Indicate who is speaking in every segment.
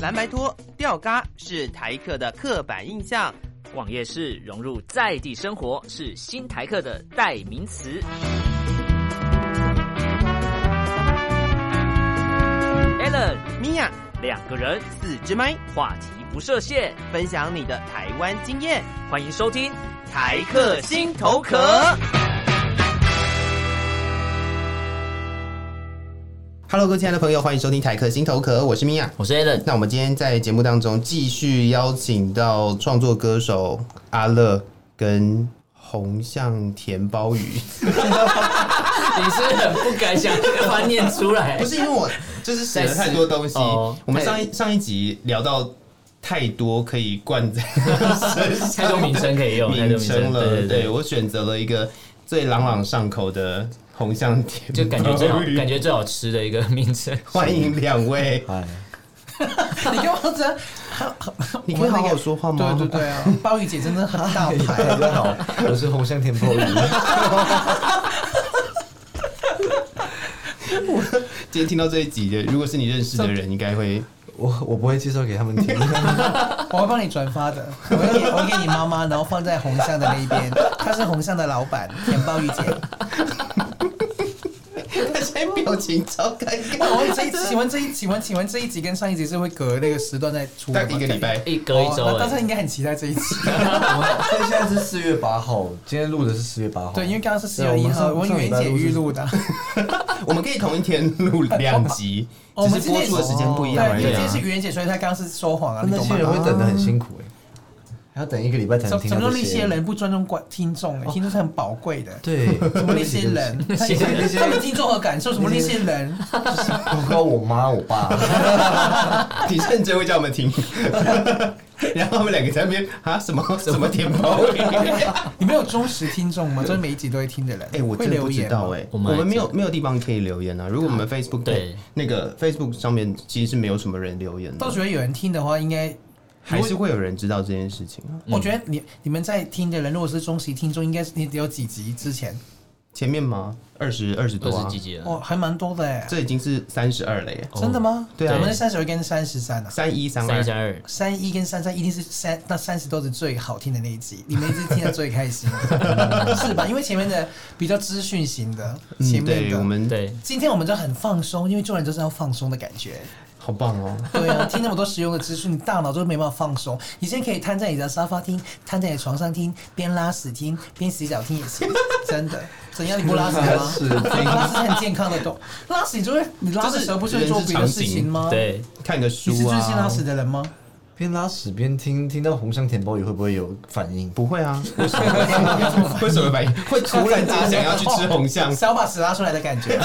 Speaker 1: 蓝白拖、吊嘎是台客的刻板印象。
Speaker 2: 逛夜市融入在地生活是新台客的代名词。Allen
Speaker 1: 米娅，
Speaker 2: 两个人，
Speaker 1: 四支麦，
Speaker 2: 话题不设限，
Speaker 1: 分享你的台湾经验，
Speaker 2: 欢迎收听
Speaker 1: 台客心头壳。Hello，各位亲爱的朋友，欢迎收听台客心头壳，我是米娅。
Speaker 2: 我是 Allen。
Speaker 1: 那我们今天在节目当中继续邀请到创作歌手阿乐跟红象甜 鲍鱼，
Speaker 2: 你是很不敢想把它念出 来
Speaker 1: 不是因为我就是写了太多东西。
Speaker 2: 在哦
Speaker 1: 我们上一上一集聊到太多可以灌 在身上
Speaker 2: 太多名称可以用，太多
Speaker 1: 名称了，
Speaker 2: 对对
Speaker 1: 我选择了一个最朗朗上口的红象甜鲍
Speaker 2: 对，
Speaker 1: 鱼，
Speaker 2: 就感觉最 好，感觉最好吃的一个名称。
Speaker 1: 欢迎两位，
Speaker 3: 哎，
Speaker 4: 你干嘛这样？
Speaker 1: 你可以好好说话吗？
Speaker 4: 对对对啊，鲍鱼姐真的很大
Speaker 3: 嗨，大
Speaker 4: 牌。
Speaker 3: 家好，我是红香甜鲍鱼。
Speaker 1: 今天听到这一集的，如果是你认识 的人，应该会
Speaker 3: 我我不会介绍给他们听，
Speaker 4: 我会帮你转发的，我会给我会给你妈妈，然后放在红巷的那一边。她是红巷的老板，甜鲍鱼姐。
Speaker 1: 他现在表情超尴
Speaker 4: 我会这一喜欢这一喜欢喜欢这一集跟上一集是会隔那个时段再出
Speaker 1: 大
Speaker 4: 的
Speaker 1: 概一
Speaker 4: 吗
Speaker 1: 哎个礼拜，
Speaker 2: 一隔一周
Speaker 4: 哦那
Speaker 2: 而
Speaker 4: 大家
Speaker 2: 已，
Speaker 4: 应该很期待这一集，
Speaker 3: 所以现在是四月八号，今天录的是四月八号。
Speaker 4: 对，因为刚刚是四
Speaker 3: 对
Speaker 4: 月
Speaker 3: 我
Speaker 4: 一
Speaker 3: 们
Speaker 4: 号，
Speaker 3: 上
Speaker 4: 我袁姐 预录的，
Speaker 1: 我们可以同一天录两集，
Speaker 4: 哦我
Speaker 1: 只
Speaker 4: 们
Speaker 1: 是播出的时间不一样而
Speaker 4: 对，因
Speaker 1: 已
Speaker 4: 为今天是
Speaker 1: 啊。
Speaker 4: 袁姐，所以她刚刚是说谎啊，你
Speaker 3: 那
Speaker 4: 懂
Speaker 3: 些
Speaker 4: 吗？
Speaker 3: 人会等的很辛苦哎，还要等一个礼拜才
Speaker 4: 怎
Speaker 3: 能听
Speaker 4: 怎么
Speaker 3: 到
Speaker 4: 说
Speaker 3: 这
Speaker 4: 那些
Speaker 3: 些。
Speaker 4: 人不尊重观听众欸？听众是很宝贵的。
Speaker 3: 对，
Speaker 4: 什么那些人，
Speaker 3: 那些那些
Speaker 4: 他们听众和感受，什么那些人，
Speaker 3: 包括我妈我爸，
Speaker 1: 你认真会叫我们听， 然后我们两个在那边啊 什么什么甜包鱼。
Speaker 4: 你们有忠实听众吗？就是每一集都会听的人，
Speaker 1: 哎、我
Speaker 4: 会
Speaker 1: 真的
Speaker 4: 留
Speaker 1: 不知
Speaker 4: 言
Speaker 1: 道
Speaker 4: 吗
Speaker 1: 哎、
Speaker 2: 我
Speaker 1: 我
Speaker 2: 们
Speaker 1: 们
Speaker 2: 还
Speaker 1: 没有没有地方可以留言啊。如果我们 Facebook
Speaker 2: 对
Speaker 1: 那个 Facebook 上面其实是没有什么人留言
Speaker 4: 到
Speaker 1: 的，
Speaker 4: 时候有人听的话，应该
Speaker 1: 还是会有人知道这件事情啊。
Speaker 4: 我觉得你你们在听的人，如果是忠实听众，应该是你有几集之前
Speaker 1: 前面吗？二十二十
Speaker 2: 二
Speaker 1: 多
Speaker 2: 十
Speaker 1: 啊
Speaker 2: 几，集了。
Speaker 4: 哦，还蛮多的哎，
Speaker 1: 这已经是三十二了耶，
Speaker 4: 真的吗？
Speaker 1: 对啊
Speaker 4: 我们是三十二跟三十三啊。
Speaker 1: 三一三
Speaker 2: 三
Speaker 1: 二。
Speaker 2: 加二，
Speaker 4: 三一跟三三一定是三，那三十都是最好听的那一集，你们一直听的最 开心，是吧？因为前面的比较资讯型的，前
Speaker 1: 嗯，
Speaker 4: 面
Speaker 1: 对，
Speaker 4: 的
Speaker 1: 我们
Speaker 2: 对，
Speaker 4: 今天我们就很放松，因为做人就是要放松的感觉。
Speaker 1: 好棒哦。
Speaker 4: 对啊，听那么多实用的知识，你大脑就没办法放松。你现在可以瘫在你的沙发听，瘫在你的床上听，边拉屎听，边洗澡听也行。真的，怎样你不拉屎
Speaker 3: 拉
Speaker 4: 吗？
Speaker 3: 屎
Speaker 4: 拉屎是很健康的动，拉屎就会你拉的时候不是会做别的事情吗？，
Speaker 2: 对，
Speaker 1: 看个
Speaker 4: 你是
Speaker 1: 书
Speaker 4: 最近拉
Speaker 1: 啊，
Speaker 4: 屎的人吗？
Speaker 3: 边拉屎边听，听到红香甜鲍鱼会不会有反应？
Speaker 1: 不会啊，为什么？ 为什么 反应会突然间想要去吃红象？
Speaker 4: 想要把屎拉出来的感觉。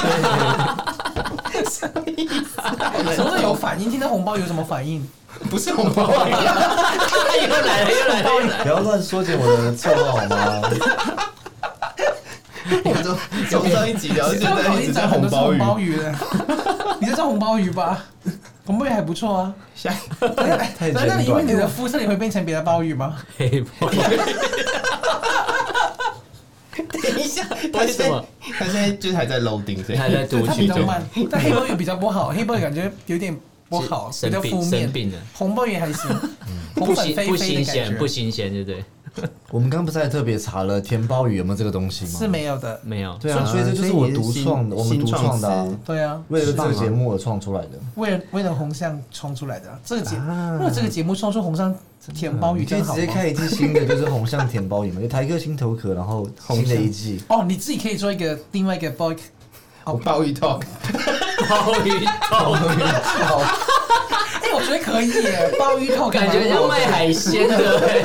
Speaker 4: 什么时候有反应？听到红包有什么反应？
Speaker 1: 不是红包鱼啊，
Speaker 2: 又来了，又来了，又 来了。
Speaker 3: 不要乱说点我的绰号好吗？
Speaker 1: 我们从从上一集聊到现在一直在
Speaker 4: 很
Speaker 1: 红
Speaker 4: 多
Speaker 1: 包
Speaker 4: 红
Speaker 1: 鱼。
Speaker 4: 包鱼了， 你在叫红包鱼吧？红包鱼还不错啊。
Speaker 1: 下
Speaker 3: 太
Speaker 4: 那你
Speaker 3: 简
Speaker 4: 因为
Speaker 3: 短
Speaker 4: 你的
Speaker 3: 了。
Speaker 4: 肤色，你会变成别的鲍鱼吗？
Speaker 2: 黑豹，
Speaker 1: 等一 下，他现
Speaker 2: 为什
Speaker 1: 在
Speaker 2: 么
Speaker 1: 他现在就是还在 loading，所以
Speaker 2: 还在读
Speaker 4: 它
Speaker 2: 取
Speaker 4: 比较
Speaker 2: 中，
Speaker 4: 慢， 但黑鲍鱼比较不好，黑鲍鱼感觉有点不好，
Speaker 2: 是
Speaker 4: 比较
Speaker 2: 生病
Speaker 4: 负
Speaker 2: 生
Speaker 4: 面
Speaker 2: 病了。
Speaker 4: 红鲍鱼还行，
Speaker 2: 不
Speaker 4: 红粉
Speaker 2: 新
Speaker 4: 飞
Speaker 2: 不
Speaker 4: 飞
Speaker 2: 新
Speaker 4: 的感
Speaker 2: 鲜，
Speaker 4: 觉
Speaker 2: 不新鲜，对不对？
Speaker 3: 我们刚刚不是还特别查了甜鲍鱼有没有这个东西吗？
Speaker 4: 是没有的。
Speaker 2: 没有，
Speaker 3: 对啊，所以这就是我独创的，我们独创的啊，
Speaker 4: 对啊，
Speaker 3: 为了这个节目而创出来的。
Speaker 4: 为了为了红象冲出来的啊这个节，如果这个节目冲出红象甜鲍鱼，
Speaker 3: 你可以
Speaker 4: 真
Speaker 3: 直
Speaker 4: 好
Speaker 3: 接
Speaker 4: 吗？
Speaker 3: 开一季新的，就是红象甜包里 面，就台客心头壳，然后新的一季。
Speaker 4: 哦，你自己可以做一个另外一个哎 boy，
Speaker 1: 好鲍鱼 talk，
Speaker 2: 鲍鱼头，
Speaker 4: 哎，我觉得可以耶，鲍鱼头
Speaker 2: 我感觉像卖海鲜的、 欸，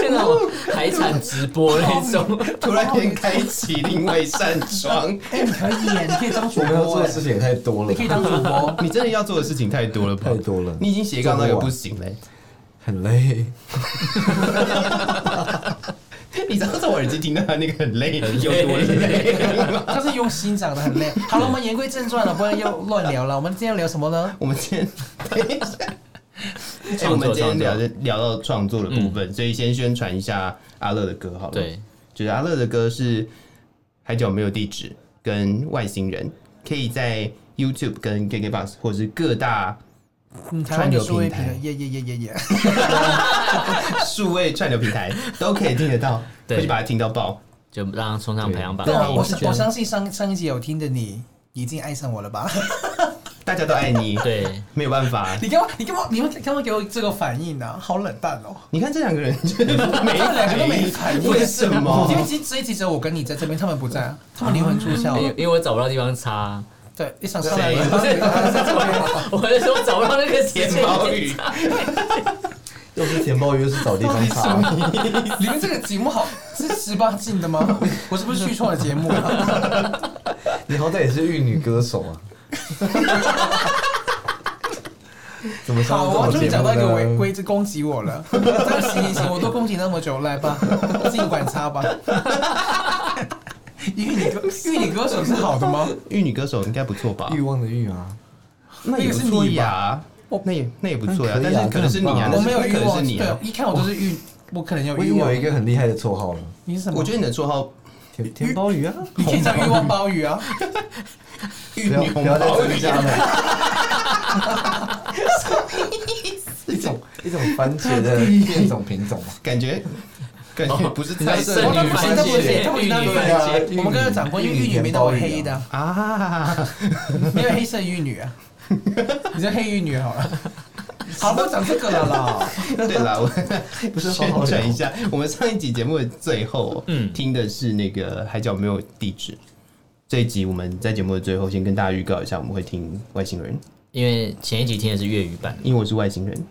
Speaker 2: 就那种海产直播那种。
Speaker 1: 突然间开启另外一扇 窗。
Speaker 4: 哎，你可以耶，你可以当主
Speaker 3: 我们要
Speaker 4: 播
Speaker 3: 做的
Speaker 4: 耶，
Speaker 3: 事情也太多了
Speaker 4: 你可，以当主播。
Speaker 1: 你真的要做的事情太多了吧？
Speaker 3: 太多了
Speaker 1: 你已经斜杠到一个不行嘞。
Speaker 3: 很累。
Speaker 1: 你知道从我耳机听到他那个很累有多累吗？
Speaker 4: 就是用心长得很累。好了，我们言归正传了，不然又乱聊了。我们今天聊什么呢？
Speaker 1: 我们今天等一下，哎我
Speaker 2: 创作
Speaker 1: 们今天
Speaker 2: 创作嗯
Speaker 1: 聊聊到创作的部分，所以先宣传一下阿乐的歌好了。
Speaker 2: 对，
Speaker 1: 就是阿乐的歌是《海角没有地址》跟《外星人》，可以在 YouTube 跟 KKBox 或者是各大
Speaker 4: 嗯，台湾的数位平台
Speaker 1: 串，流
Speaker 4: 耶耶耶耶耶，
Speaker 1: 数位串流平台都可以听得到，
Speaker 2: 对
Speaker 1: 回去把它听到爆。
Speaker 2: 就让它冲上排行榜
Speaker 4: 对。啊，
Speaker 1: 对
Speaker 4: 我
Speaker 1: 我是觉
Speaker 4: 我
Speaker 1: 得
Speaker 4: 相信上上一集有听的你，已经爱上我了吧？
Speaker 1: 大家都爱你，
Speaker 2: 对，
Speaker 1: 没有办法。
Speaker 4: 你给我，你给我，你们干嘛给我这个反应呢、好冷淡哦。
Speaker 1: 你看这两个 人， 每
Speaker 4: 他们两个都没反应，
Speaker 1: 为什么
Speaker 4: 因？为其实这一集只有我跟你在这边，他们不在啊，他们灵魂出窍
Speaker 2: 因为
Speaker 4: 了。
Speaker 2: 因为我找不到地方插，
Speaker 4: 对，一场上来
Speaker 1: 谁
Speaker 4: 了，
Speaker 2: 我是说找不到那个
Speaker 1: 天
Speaker 2: 钱
Speaker 1: 猫 语，
Speaker 3: 又不是填报，又是找地方 插。
Speaker 4: 你们这个节目好是十八禁的吗？ 我是不是去错了节目啊了？
Speaker 3: 你好歹也是玉女歌手 啊，怎么
Speaker 4: 好，
Speaker 3: 上
Speaker 4: 我
Speaker 3: 到这
Speaker 4: 终于
Speaker 3: 种节
Speaker 4: 找
Speaker 3: 目
Speaker 4: 到一个违
Speaker 3: 呢？
Speaker 4: 规，就攻击我了。这行行行，我都攻击那么久，来吧，尽管插吧。玉女歌，玉女歌手是好的吗？
Speaker 1: 玉女歌手应该不错吧
Speaker 3: 欲？望的欲啊，
Speaker 1: 那也不错呀
Speaker 4: 我，
Speaker 1: 哦那也那也不错呀，
Speaker 3: 嗯可
Speaker 1: 但
Speaker 3: 以啊
Speaker 1: 是可能是你啊，
Speaker 3: 这
Speaker 1: 但
Speaker 4: 我
Speaker 1: 是
Speaker 4: 没有
Speaker 1: 那
Speaker 4: 欲
Speaker 1: 可能是
Speaker 4: 望，
Speaker 1: 你
Speaker 4: 对
Speaker 1: 啊，。
Speaker 4: 一看我就是欲，我可能有
Speaker 3: 我已
Speaker 4: 欲
Speaker 3: 经有
Speaker 4: 望
Speaker 3: 一。个很厉害的绰号了，
Speaker 4: 你是什么？
Speaker 1: 我觉得你的绰号
Speaker 3: 填填鲍鱼啊，
Speaker 4: 你可以讲欲望鲍鱼啊。
Speaker 1: 玉
Speaker 3: 不要
Speaker 1: 女
Speaker 3: 不
Speaker 1: 红
Speaker 3: 要再
Speaker 1: 包
Speaker 3: 增加了。一种一种番茄的变种品种嘛，
Speaker 1: 感觉感觉不是菜色
Speaker 2: 哦
Speaker 4: 我
Speaker 1: 女
Speaker 4: 们
Speaker 2: 玉
Speaker 4: 不行，
Speaker 2: 女
Speaker 1: 番
Speaker 4: 这不行，
Speaker 1: 茄
Speaker 4: 这不行，那不
Speaker 3: 对啊
Speaker 4: 行。我们刚刚讲过，因为玉女没那么黑的，
Speaker 1: 啊，
Speaker 4: 没有黑色玉女啊。你叫黑玉女好了。好，不讲这个了啦。
Speaker 1: 对啦，我
Speaker 3: 不是好好
Speaker 1: 宣
Speaker 3: 聊
Speaker 1: 传一下，我们上一集节目的最后，嗯，
Speaker 2: 嗯
Speaker 1: 听的是那个海角没有地址。这一集我们在节目的最后先跟大家预告一下，我们会听外星人，
Speaker 2: 因为前一集听的是粤语版，
Speaker 1: 因为我是外星人。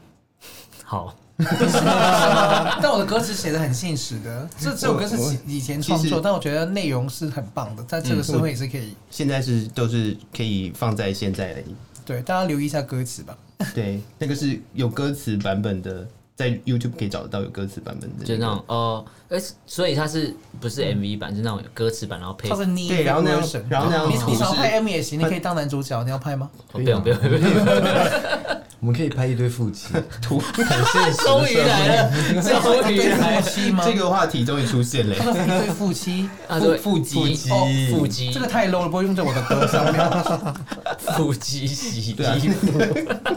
Speaker 2: 好，
Speaker 4: 但我的歌词写的很现实的，这这首歌是以前创
Speaker 1: 其实嗯
Speaker 4: 作，但我觉得内容是很棒的，在这个社会也是可以。
Speaker 1: 现在是都是可以放在现在而已，
Speaker 4: 对，大家留意一下歌词 吧。
Speaker 1: 对，那个是有歌词版本的，在 YouTube 可以找得到有歌词版本的、
Speaker 2: 就那种哦，呃，所以它是不是 MV 版，是那种有歌词版，然后配
Speaker 4: 它是你
Speaker 1: 对然后那样
Speaker 4: version
Speaker 1: 然后那样
Speaker 4: 你
Speaker 1: 图
Speaker 4: 你想要
Speaker 1: 是
Speaker 4: 拍 M 也行，你可以当男主角，你要 拍吗？
Speaker 2: 哦不用不用不用，
Speaker 3: 我们可以拍一堆腹肌，
Speaker 1: 图。
Speaker 2: 终于来了， 终于来
Speaker 4: 对
Speaker 2: 了
Speaker 4: 夫妻吗？
Speaker 1: 这个话题终于出现了
Speaker 4: 他，说一对夫妻，
Speaker 2: 啊，对，
Speaker 1: 腹肌
Speaker 2: 哦
Speaker 3: 肌
Speaker 2: 腹 肌，
Speaker 4: 这个太 low 了，不会用在我的歌上面。
Speaker 2: 腹肌洗衣
Speaker 1: 对啊
Speaker 2: 服，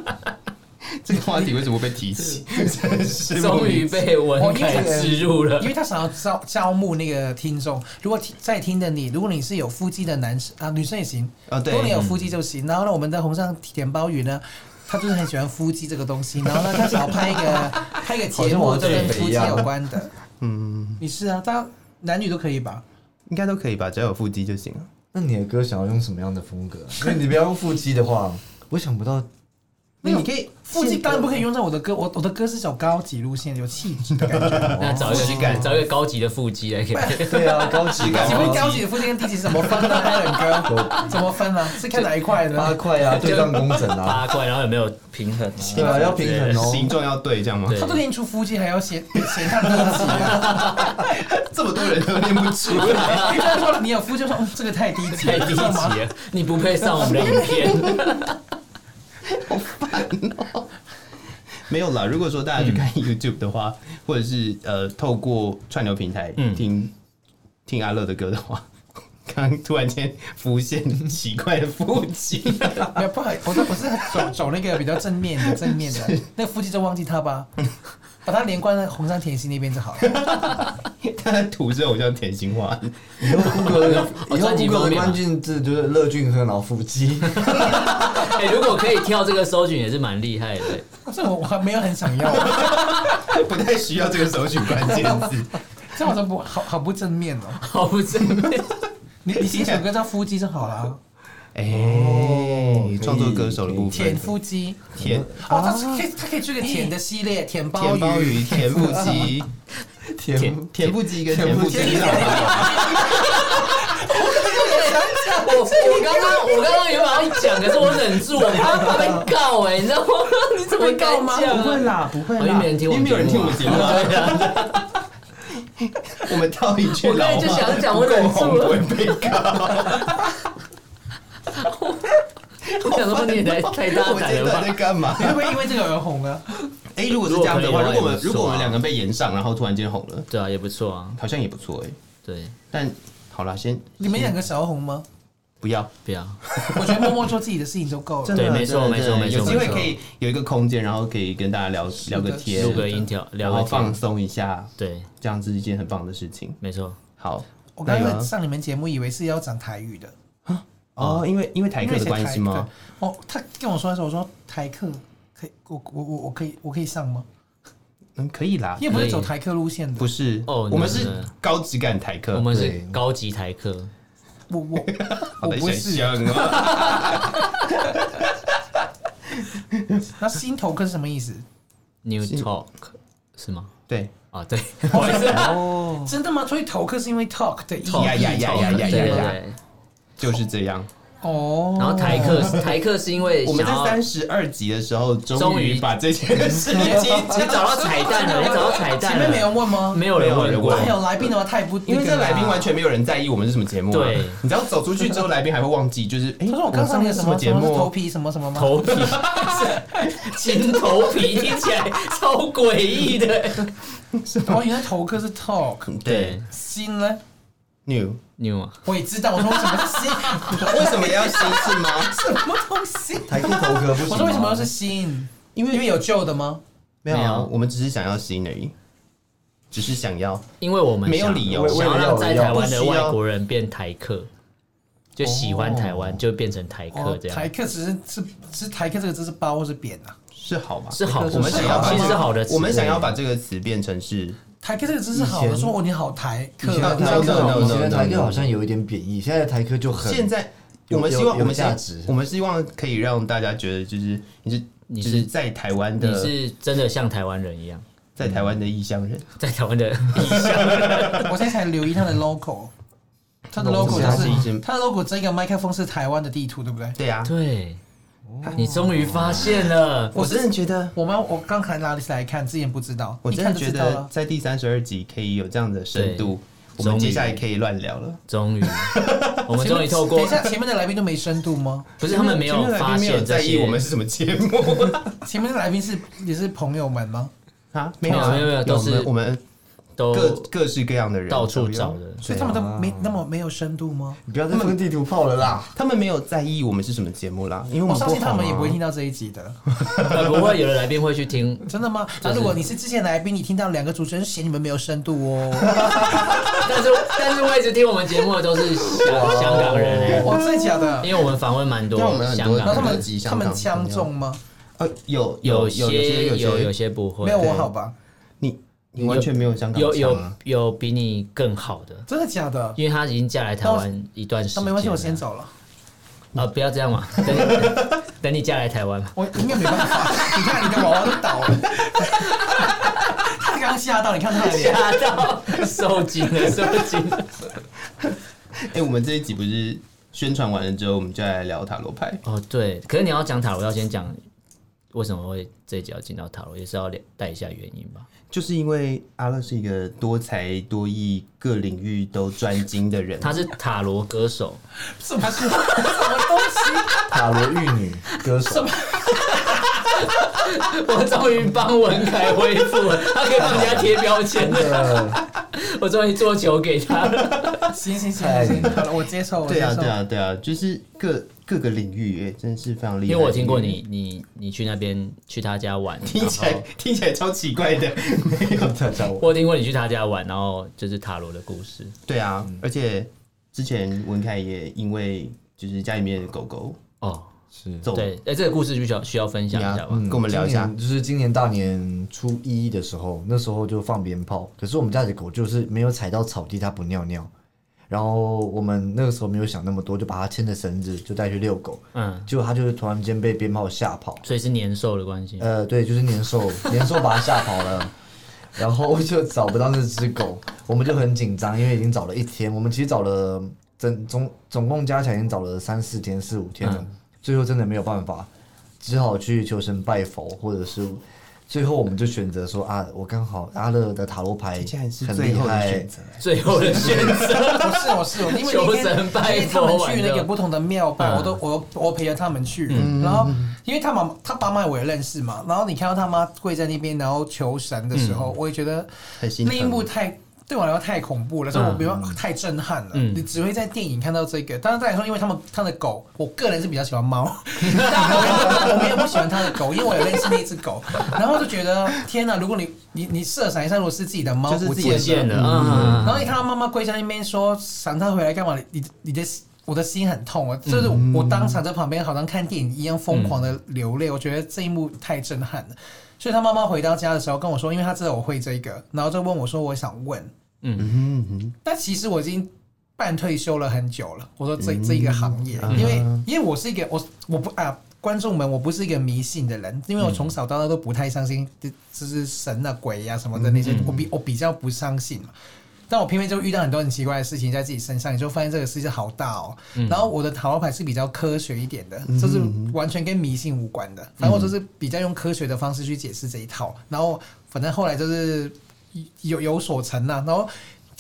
Speaker 1: 这个话题为什么被提起？真是
Speaker 2: 终于被
Speaker 1: 哦
Speaker 2: 文凯植入了
Speaker 4: 因。为他想要招招募那个听众。如果听在听的你，如果你是有腹肌的男生啊，女生也行，
Speaker 1: 啊，
Speaker 4: 如
Speaker 1: 对
Speaker 4: 果，你有腹肌就行。然后呢，我们的红上甜包鱼呢，他就是很喜欢腹肌这个东西。然后呢，他想要拍一个 拍一个节目，就跟腹肌有关的。
Speaker 1: 嗯，
Speaker 4: 你是啊，大家男女都可以吧？
Speaker 1: 应该都可以吧，只要有腹肌就行了。
Speaker 3: 那你的歌想要用什么样的风格啊？因为你不要用腹肌的话，我想不到
Speaker 1: 那你可以
Speaker 4: 腹肌当然不可以用在我的歌，我我的歌是走高级路线，有气质的感
Speaker 1: 哦
Speaker 4: 觉。
Speaker 2: 那找一
Speaker 1: 腹肌感
Speaker 2: 个找一个高级的腹肌来给
Speaker 3: 对啊，高级感
Speaker 4: 请问高级的腹肌跟低级是怎么分呢？艾伦哥，怎么分呢？是看哪一块呢？
Speaker 3: 八块啊，对仗工整 啊，
Speaker 2: 八块，然后有没有平衡啊？
Speaker 3: 对啊，要平衡
Speaker 1: 形
Speaker 3: 哦。
Speaker 1: 状要对，这样吗？
Speaker 2: 对
Speaker 4: 他都练出腹肌，还要嫌嫌他低级啊？
Speaker 1: 这么多人都练不出来，
Speaker 4: 你这样说你有腹肌，说嗯这个太低级
Speaker 2: 太
Speaker 4: 了，
Speaker 2: 低
Speaker 4: 知道吗
Speaker 2: 级了，你不配上我们的影片。
Speaker 1: 没有啦。如果说大家去看 YouTube 的话，或者是呃透过串流平台
Speaker 2: 嗯
Speaker 1: 听、听阿乐的歌的话，刚刚突然间浮现奇怪的腹肌，
Speaker 4: 没有，不好意思，我说不是走走那个比较正面的，正面的那腹肌就忘记他吧，把他连贯到红山甜心那边就好了。
Speaker 1: 他的图是偶像甜心化，
Speaker 3: 以后 Google 的
Speaker 2: 哦
Speaker 3: 以后
Speaker 2: 专辑
Speaker 3: Google 的
Speaker 2: 封面啊
Speaker 3: 关键字就是乐俊和老腹肌，
Speaker 2: 哎，如果可以跳这个搜寻也是蛮厉 害的。
Speaker 4: 这我我还没有很想要，
Speaker 1: 不太需要这个搜寻关键 字。
Speaker 4: 这好像不好好不正面哦。
Speaker 2: 好不正面，
Speaker 4: 你你写首歌叫腹肌就好了，
Speaker 1: 哎、
Speaker 2: 哦
Speaker 3: 可以
Speaker 1: 创作歌手的部
Speaker 4: 舔
Speaker 1: 分，
Speaker 4: 腹肌
Speaker 1: 舔
Speaker 4: 哦，他是可以他可以出一个舔的系列，舔鲍
Speaker 1: 舔鲍
Speaker 4: 鱼。
Speaker 1: 鱼、舔腹肌、
Speaker 3: 甜
Speaker 1: 舔腹肌跟舔腹肌，
Speaker 2: 我我刚刚我刚刚原本要讲，可是我忍住，我怕怕被告哎，你知道吗？你怎么
Speaker 4: 会告吗
Speaker 2: 敢讲啊
Speaker 4: 不会
Speaker 1: 啦，不会
Speaker 2: 因为没人听我
Speaker 1: 因为
Speaker 2: 们
Speaker 1: 没有人听我们节
Speaker 2: 节
Speaker 1: 目啊
Speaker 2: 目啊， 对啊。
Speaker 1: 我们套一句
Speaker 2: 我刚
Speaker 1: 老
Speaker 2: 才
Speaker 1: 话，
Speaker 2: 就想讲我忍
Speaker 1: 够
Speaker 2: 住
Speaker 1: 红
Speaker 2: 了
Speaker 1: 不会被告。
Speaker 2: 我想说你也太太大
Speaker 1: 我们
Speaker 2: 胆
Speaker 1: 这
Speaker 2: 了
Speaker 1: 段
Speaker 2: 吧？
Speaker 1: 在干嘛
Speaker 4: 你？会不会因为这个而红啊？
Speaker 1: 哎，如果是这样的话，
Speaker 2: 如
Speaker 1: 如
Speaker 2: 果可以
Speaker 1: 果我们
Speaker 2: 我也不错
Speaker 1: 如
Speaker 2: 啊
Speaker 1: 果我们两个被延上，然后突然间红了，
Speaker 2: 对啊，也不错啊。
Speaker 1: 好像也不错哎。
Speaker 2: 对，
Speaker 1: 但好啦，先
Speaker 4: 你们两个想要红吗？
Speaker 1: 不要，
Speaker 2: 不要，
Speaker 4: 我觉得默默做自己的事情就够
Speaker 1: 真
Speaker 4: 了。
Speaker 1: 的
Speaker 2: 对没错
Speaker 1: 真的
Speaker 2: 没错
Speaker 1: 真的
Speaker 2: 没错
Speaker 1: 有机会
Speaker 2: 没错
Speaker 1: 可以有一个空间，然后可以跟大家聊聊个天，
Speaker 2: 录个音条，
Speaker 1: 然
Speaker 2: 聊
Speaker 1: 后
Speaker 2: 个
Speaker 1: 放
Speaker 2: 天，
Speaker 1: 松一下，
Speaker 2: 对，
Speaker 1: 这样是一件很棒的事情。
Speaker 2: 没错，
Speaker 1: 好，
Speaker 4: 我刚
Speaker 1: 那
Speaker 4: 刚
Speaker 1: 有啊
Speaker 4: 上你们节目，以为是要讲台语的，
Speaker 1: 哦，因为因为台
Speaker 4: 因
Speaker 1: 客
Speaker 4: 为
Speaker 1: 的
Speaker 4: 写
Speaker 1: 关系吗？
Speaker 4: 台客？哦，他跟我说的时候，我说台客可以，我我我我可以我可以上吗？
Speaker 1: 嗯，可以啦
Speaker 4: 你，也不是走台客路线的，
Speaker 1: 不是，
Speaker 2: 哦
Speaker 1: 我们
Speaker 2: 那
Speaker 1: 是
Speaker 2: 那
Speaker 1: 高质感台客，
Speaker 2: 我们是
Speaker 3: 对
Speaker 2: 高级台客，
Speaker 4: 我 我
Speaker 1: 好
Speaker 4: 我
Speaker 1: 的
Speaker 4: 不
Speaker 1: 选
Speaker 4: 是。啊
Speaker 1: 项哦。
Speaker 4: 那心头客是什么意思？
Speaker 2: New
Speaker 1: 是
Speaker 2: Talk 是吗？
Speaker 1: 对，
Speaker 2: 啊，对，我也是
Speaker 3: 哦，
Speaker 4: 真的吗？所以头客是因为 talk 的意思
Speaker 2: Talk，
Speaker 1: 呀呀哎呀呀
Speaker 2: Talk，
Speaker 1: 呀呀
Speaker 2: 对对
Speaker 1: 呀
Speaker 2: 对
Speaker 1: 就是这样。
Speaker 4: 哦。
Speaker 2: 然后台客是台客是因为
Speaker 1: 我们
Speaker 2: 想
Speaker 1: 在三
Speaker 2: 要
Speaker 1: 十二集的时候，终
Speaker 2: 终
Speaker 1: 于
Speaker 2: 于
Speaker 1: 把这件事
Speaker 2: 你
Speaker 1: 情，
Speaker 2: 你找到彩蛋
Speaker 1: 哦
Speaker 2: 了，你找到彩蛋
Speaker 4: 前
Speaker 2: 了，
Speaker 4: 面没人问吗？
Speaker 2: 没有人问
Speaker 1: 没
Speaker 2: 过
Speaker 1: 有
Speaker 4: 那
Speaker 1: 人
Speaker 4: 有来宾的话，他也不
Speaker 1: 因为这来宾完
Speaker 4: 全。
Speaker 1: 全没有人在意我们是什么节目啊。
Speaker 2: 对
Speaker 1: 你只要走出去之后，来宾还会忘记，就是哎，
Speaker 4: 他说我刚上
Speaker 1: 上
Speaker 4: 那个
Speaker 1: 的
Speaker 4: 什
Speaker 1: 什
Speaker 4: 么
Speaker 1: 节
Speaker 4: 什么头
Speaker 1: 目？
Speaker 4: 皮什么什么吗？
Speaker 2: 头皮， 金头皮听起来超诡异的。
Speaker 4: 哦，原来头客是 talk，
Speaker 1: 对
Speaker 4: 心呢？
Speaker 1: ，new，
Speaker 2: ，new 啊，
Speaker 4: 我也知道，我说为什么心？
Speaker 1: 为什么要新是吗？
Speaker 4: 什么东西？
Speaker 3: 台客头壳不行吗。
Speaker 4: 我说为什 么是心？
Speaker 1: 因为
Speaker 4: 因为有旧的吗？
Speaker 1: 没有
Speaker 2: 没
Speaker 1: 啊，
Speaker 2: 有
Speaker 1: 我们只是想要新而已，只是想要。
Speaker 2: 因为我们
Speaker 1: 没有
Speaker 2: 想
Speaker 1: 理由
Speaker 2: 想要让在台湾的
Speaker 1: 为了要
Speaker 2: 外国人变台客，就喜欢台湾就变成台客
Speaker 4: 哦，
Speaker 2: 这
Speaker 4: 台
Speaker 2: 样，
Speaker 4: 客只是是是台客这个字是包或是扁啊？
Speaker 1: 是好吧？
Speaker 2: 是好
Speaker 1: 我们想
Speaker 4: 是
Speaker 1: 要
Speaker 4: 好
Speaker 1: 把
Speaker 4: 其实是
Speaker 2: 好的词
Speaker 1: 我们想要把这个词变成是
Speaker 4: 台客这个字是好
Speaker 3: 以
Speaker 4: 的，
Speaker 3: 前
Speaker 4: 说哦你好台客
Speaker 3: 以前的
Speaker 4: 啊，
Speaker 1: 那
Speaker 3: 台
Speaker 1: 那那
Speaker 3: 客，以前
Speaker 1: 那
Speaker 3: 的
Speaker 1: 那
Speaker 3: 台客好像有一点贬义，现在的台客就很
Speaker 1: 现在。
Speaker 3: 有
Speaker 1: 我们希望
Speaker 3: 有
Speaker 1: 我们
Speaker 3: 有
Speaker 1: 现在
Speaker 3: 价值
Speaker 1: 我们希望可以让大家觉得，就是你是
Speaker 2: 你
Speaker 1: 就是是在台湾
Speaker 2: 你
Speaker 1: 的，
Speaker 2: 是真的像台湾人一样，
Speaker 1: 在台湾的异乡人。
Speaker 2: 在台湾的，
Speaker 4: 我现在才留意它的 logo，它的
Speaker 1: 我
Speaker 4: logo
Speaker 1: 知
Speaker 4: 就
Speaker 1: 道
Speaker 4: 是
Speaker 1: 是一只
Speaker 4: 它的 logo 这个麦克风是台湾的地图，对不对？
Speaker 1: 对啊呀
Speaker 2: 对，你终于发现了，
Speaker 1: 我真的觉得，
Speaker 4: 我们我刚才拿起来看，之前不知道，
Speaker 1: 我
Speaker 4: 一
Speaker 1: 真
Speaker 4: 看
Speaker 1: 的
Speaker 4: 就
Speaker 1: 觉
Speaker 4: 知道
Speaker 1: 得
Speaker 4: 了。
Speaker 1: 在第三十二集可以有这样的深度，我们
Speaker 2: 终于
Speaker 1: 接下来可以乱聊了。
Speaker 2: 终于，我们终于透过
Speaker 4: 等一，下，前面的来宾都没深度吗？
Speaker 2: 不是他们没有
Speaker 1: 前面来宾
Speaker 2: 发
Speaker 1: 没有
Speaker 2: 现
Speaker 1: 在
Speaker 2: 这
Speaker 1: 意
Speaker 2: 些，
Speaker 1: 我们是什么节 目
Speaker 4: 前面的来宾是也是朋友们吗？
Speaker 1: 啊？没有啊
Speaker 2: 哦没有没有都是
Speaker 1: 我们我
Speaker 2: 都
Speaker 1: 们各各式各样的人
Speaker 2: 到处
Speaker 1: 有
Speaker 2: 找的，
Speaker 4: 所以他们都没那么没有深度吗？
Speaker 3: 你不要再分地图炮了啦。
Speaker 1: 他们没有在意我们是什么节目啦，因为我
Speaker 4: 我
Speaker 1: 们
Speaker 4: 相信
Speaker 1: 红
Speaker 4: 他们也不会
Speaker 1: 啊
Speaker 4: 听到这一集 的，
Speaker 2: 不会有的来宾会去听
Speaker 4: 真的吗？那如果你是之前来宾，你听到两个主持人嫌你们没有深度 哦，
Speaker 2: 但是但是我一直听我们节目的都是香香港人、欸，
Speaker 4: 哦，真的假的？
Speaker 2: 因为我们访问蛮多
Speaker 1: 对我们很
Speaker 2: 香
Speaker 1: 多
Speaker 2: 港
Speaker 4: 然后他
Speaker 2: 人，
Speaker 4: 们
Speaker 1: 两集
Speaker 4: 他
Speaker 1: 香港
Speaker 4: 们相中吗？
Speaker 1: 呃，有有
Speaker 2: 有
Speaker 1: 些
Speaker 2: 有
Speaker 1: 些
Speaker 2: 有些不会，
Speaker 4: 没有我好吧？
Speaker 1: 你你完全没有香港
Speaker 2: 有
Speaker 1: 腔
Speaker 2: 有
Speaker 1: 啊
Speaker 2: 有比你更好的，
Speaker 4: 真的假的？
Speaker 2: 因为他已经嫁来台湾一段时
Speaker 4: 那
Speaker 2: 间了，
Speaker 4: 没关系，我先走了。
Speaker 2: 啊，不要这样嘛，等等你 嫁来台湾嘛，
Speaker 4: 我应该没 办法，你看你的娃娃都倒了，他刚吓到，你看他的脸，
Speaker 2: 吓到受惊了，受惊了，
Speaker 1: 哎、我们这一集不是宣传完了之后，我们就来聊塔罗牌。
Speaker 2: 哦对，可是你要讲塔罗，要先讲为什么会这一集要进到塔罗，也是要带一下原因吧，
Speaker 1: 就是因为阿乐是一个多才多艺、各领域都专精的人，
Speaker 2: 他是塔罗歌手，
Speaker 4: 什么是什 么东西？
Speaker 3: 塔罗玉女歌手，
Speaker 2: 我终于帮文凯恢复了，他可以帮人家贴标签
Speaker 3: 真
Speaker 2: 了。
Speaker 3: 的
Speaker 2: 我终于做球给他了。
Speaker 4: 行行行行，好了，我接受，我
Speaker 1: 哎对
Speaker 4: 接
Speaker 1: 啊，
Speaker 4: 受
Speaker 1: 对。啊，对啊，就是各各个领域，哎、真是非常厉害。
Speaker 2: 因为我听过你，你你去那边去他家玩，
Speaker 1: 听起来
Speaker 2: 然后
Speaker 1: 听起来超奇怪 的，没有
Speaker 3: 在找我。
Speaker 2: 我听过你去他家玩，然后就是塔罗的故事。
Speaker 1: 对啊，
Speaker 2: 嗯
Speaker 1: 而且之前文凯也因为就是家里面的狗狗
Speaker 2: 哦，
Speaker 3: 是嗯
Speaker 1: 走，
Speaker 2: 对，哎，这个故事就需要需要分享一下吧。
Speaker 1: 跟我们聊一下
Speaker 3: 今年就是今年大年初一的时候，那时候就放鞭炮，可是我们家的狗就是没有踩到草地，它不尿尿。然后我们那个时候没有想那么多，就把它牵着绳子就带去遛狗，
Speaker 2: 嗯，
Speaker 3: 结果它就是突然间被鞭炮吓跑，
Speaker 2: 所以是年兽的关系。
Speaker 3: 呃，对，就是年兽，年兽把它吓跑了，然后就找不到那只狗，我们就很紧张，因为已经找了一天，我们其实找了整总总共加起来已经找了三四天、四五天
Speaker 2: 嗯
Speaker 3: 了，最后真的没有办法，只好去求神拜佛，或者是最后我们就选择说啊，我刚好阿乐的塔罗牌
Speaker 1: 竟然是
Speaker 3: 很
Speaker 1: 最
Speaker 3: 厉
Speaker 1: 后的
Speaker 3: 害
Speaker 1: 选，择。哎
Speaker 2: 最后 的选择，
Speaker 4: 我是我是我，因为那
Speaker 2: 求神
Speaker 4: 天因
Speaker 2: 拜佛
Speaker 4: 为他们去
Speaker 2: 完
Speaker 4: 那个
Speaker 2: 了
Speaker 4: 不同的庙拜，
Speaker 2: 嗯
Speaker 4: 我都我我陪着他们去，
Speaker 1: 嗯
Speaker 4: 然后因为他妈他爸妈我也认识嘛，然后你看到他妈跪在那边然后求神的时候，我也觉得
Speaker 1: 嗯很心
Speaker 4: 那一幕
Speaker 1: 疼，嗯
Speaker 4: 太。对我来说太恐怖了，所以我没有太震撼了。
Speaker 2: 嗯
Speaker 4: 你只会在电影看到这个。当然，再来说，因为他们他的狗，我个人是比较喜欢猫， 我没有不喜欢他的狗，因为我有认识那只狗，然后就觉得天哪！如果你你你设想一下，如果是自己的猫
Speaker 1: 就是
Speaker 4: 不
Speaker 1: 自己的
Speaker 4: 见
Speaker 1: 线
Speaker 2: 的，
Speaker 1: 了
Speaker 4: 然后
Speaker 2: 嗯，
Speaker 4: 你看到妈妈跪在那边说：“想他回来干嘛？”你你你的我的心很痛，我就是我,、当场在旁边好像看电影一样疯狂的流泪，我觉得这一幕太震撼了。所以他妈妈回到家的时候跟我说，因为他知道我会这个，然后就问我说：“我想问。
Speaker 1: 嗯哼”
Speaker 4: 但其实我已经半退休了很久了。我说这、这一个行业，因为因为我是一个我我不啊。观众们，我不是一个迷信的人，因为我从小到大都不太相信，就就是神啊、鬼啊什么的那些，我比我比较不相信嘛。但我偏偏就遇到很多很奇怪的事情在自己身上，你就发现这个世界好大哦。
Speaker 2: 嗯
Speaker 4: 然后我的塔罗牌是比较科学一点的，就是完全跟迷信无关的。反正我
Speaker 2: 嗯
Speaker 4: 就是比较用科学的方式去解释这一套。然后反正后来就是有有所成呐、然后。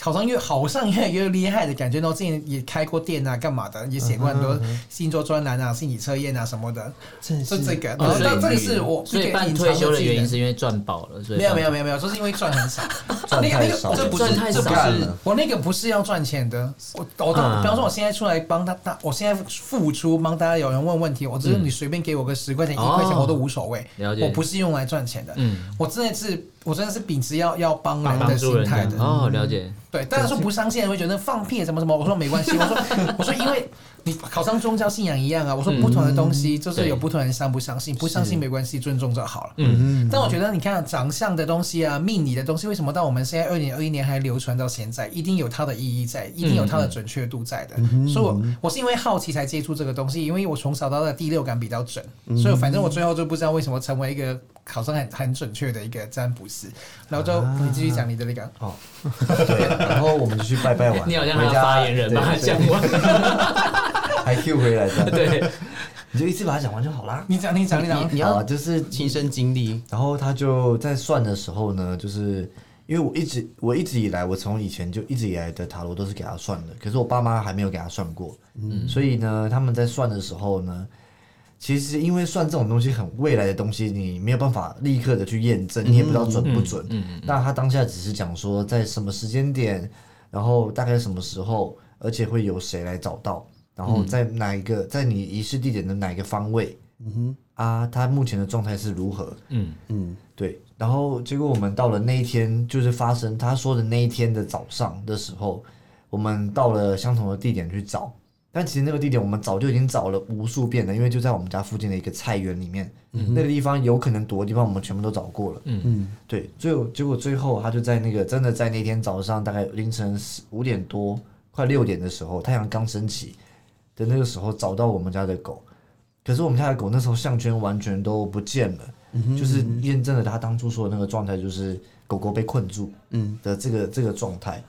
Speaker 4: 好像越好像越来越厉害的感觉，然后之前也开过店啊，干嘛的，也写过很多星座专栏啊、心理测验啊什么的，
Speaker 1: 真
Speaker 4: 是
Speaker 1: 是
Speaker 4: 这个。然
Speaker 2: 哦
Speaker 4: 后
Speaker 2: 所以
Speaker 4: 但这个是我
Speaker 2: 所
Speaker 4: 一
Speaker 2: 以
Speaker 4: 个
Speaker 2: 半
Speaker 4: 隐
Speaker 2: 退
Speaker 4: 藏
Speaker 2: 休的
Speaker 4: 技
Speaker 2: 原因
Speaker 4: 能
Speaker 2: 是因为赚饱了，所以
Speaker 4: 没有
Speaker 2: 半
Speaker 4: 没有没有没有，就是因为赚很 少。
Speaker 3: 赚
Speaker 4: 那个
Speaker 3: 太
Speaker 4: 那个
Speaker 3: 少
Speaker 4: 我这不是
Speaker 2: 赚太
Speaker 4: 这
Speaker 2: 少
Speaker 4: 不
Speaker 3: 干
Speaker 4: 是
Speaker 3: 了
Speaker 4: 我那个不是要赚钱的，我我懂。
Speaker 2: 嗯
Speaker 4: 比方说，我现在出来帮他大，我现在付出帮大家有人问问题，我只是
Speaker 2: 嗯
Speaker 4: 你随便给我个十块钱、一
Speaker 2: 哦
Speaker 4: 块钱我都无所谓
Speaker 2: 了，解
Speaker 4: 我不是用来赚钱的。
Speaker 2: 嗯，
Speaker 4: 我真的是我真的是秉持要要帮人
Speaker 2: 帮
Speaker 4: 的
Speaker 2: 助
Speaker 4: 心
Speaker 2: 人
Speaker 4: 态的嗯
Speaker 2: 的，哦，了解，
Speaker 4: 对，但是说不相信的人会觉得放屁什么什么，我说没 关系，我说我说因为你好像宗教信仰一样啊，我
Speaker 2: 嗯
Speaker 4: 说不同的东西就是有不同人相不相信，不相信没关系，尊重就好了。
Speaker 2: 嗯
Speaker 4: 嗯，但我觉得你看长相的东西啊，命理的东西，为什么到我们现在二零二一年还流传到现在，一定有它的意义在，
Speaker 1: 嗯
Speaker 4: 一定有它的准确度在的。所以我我是因为好奇才接触这个东西，因为我从小到大第六感比较准，
Speaker 1: 嗯
Speaker 4: 所以反正我最后就不知道为什么成为一个好像很很准确的一个占卜师。然后就
Speaker 1: 啊
Speaker 4: 你继续讲你的那个。
Speaker 3: 对，然后我们就去拜拜完，
Speaker 2: 你好像他
Speaker 3: 回
Speaker 2: 的
Speaker 3: 家
Speaker 2: 发言人吧，
Speaker 3: 对
Speaker 2: 讲
Speaker 3: 对
Speaker 2: 完，
Speaker 3: 还 Q 回来的，
Speaker 2: 对，嗯
Speaker 3: 你就一次把它讲完就好啦。
Speaker 4: 你讲，你讲，你讲
Speaker 1: 你。
Speaker 3: 好啊
Speaker 1: 要
Speaker 3: 就是
Speaker 1: 亲身经历，
Speaker 3: 然后他就在算的时候呢，就是因为我一直我一直以来，我从以前就一直以来的塔罗都是给他算的，可是我爸妈还没有给他算过，
Speaker 1: 嗯
Speaker 3: 所以呢，他们在算的时候呢，其实因为算这种东西很未来的东西，你没有办法立刻的去验证，你也不
Speaker 1: 嗯
Speaker 3: 知道准不准。
Speaker 2: 嗯
Speaker 3: 那他当下只是讲说在什么时间点，然后大概什么时候，而且会有谁来找到，然后在哪一个在你仪式地点的哪一个方位。啊，他目前的状态是如何？
Speaker 2: 嗯
Speaker 1: 嗯，
Speaker 3: 对，然后结果我们到了那一天，就是发生他说的那一天的早上的时候，我们到了相同的地点去找，但其实那个地点我们早就已经找了无数遍了，因为就在我们家附近的一个菜园里面，那个地方有可能躲的地方我们全部都找过了。
Speaker 2: 嗯
Speaker 1: 嗯，
Speaker 3: 对，最后结果最后他就在那个真的在那天早上大概凌晨四五点多快六点的时候，太阳刚升起的那个时候找到我们家的狗，可是我们家的狗那时候项圈完全都不见了，就是
Speaker 1: 嗯
Speaker 3: 验证了他当初说的那个状态，就是狗狗被困住，
Speaker 1: 嗯
Speaker 3: 的这个这个状态。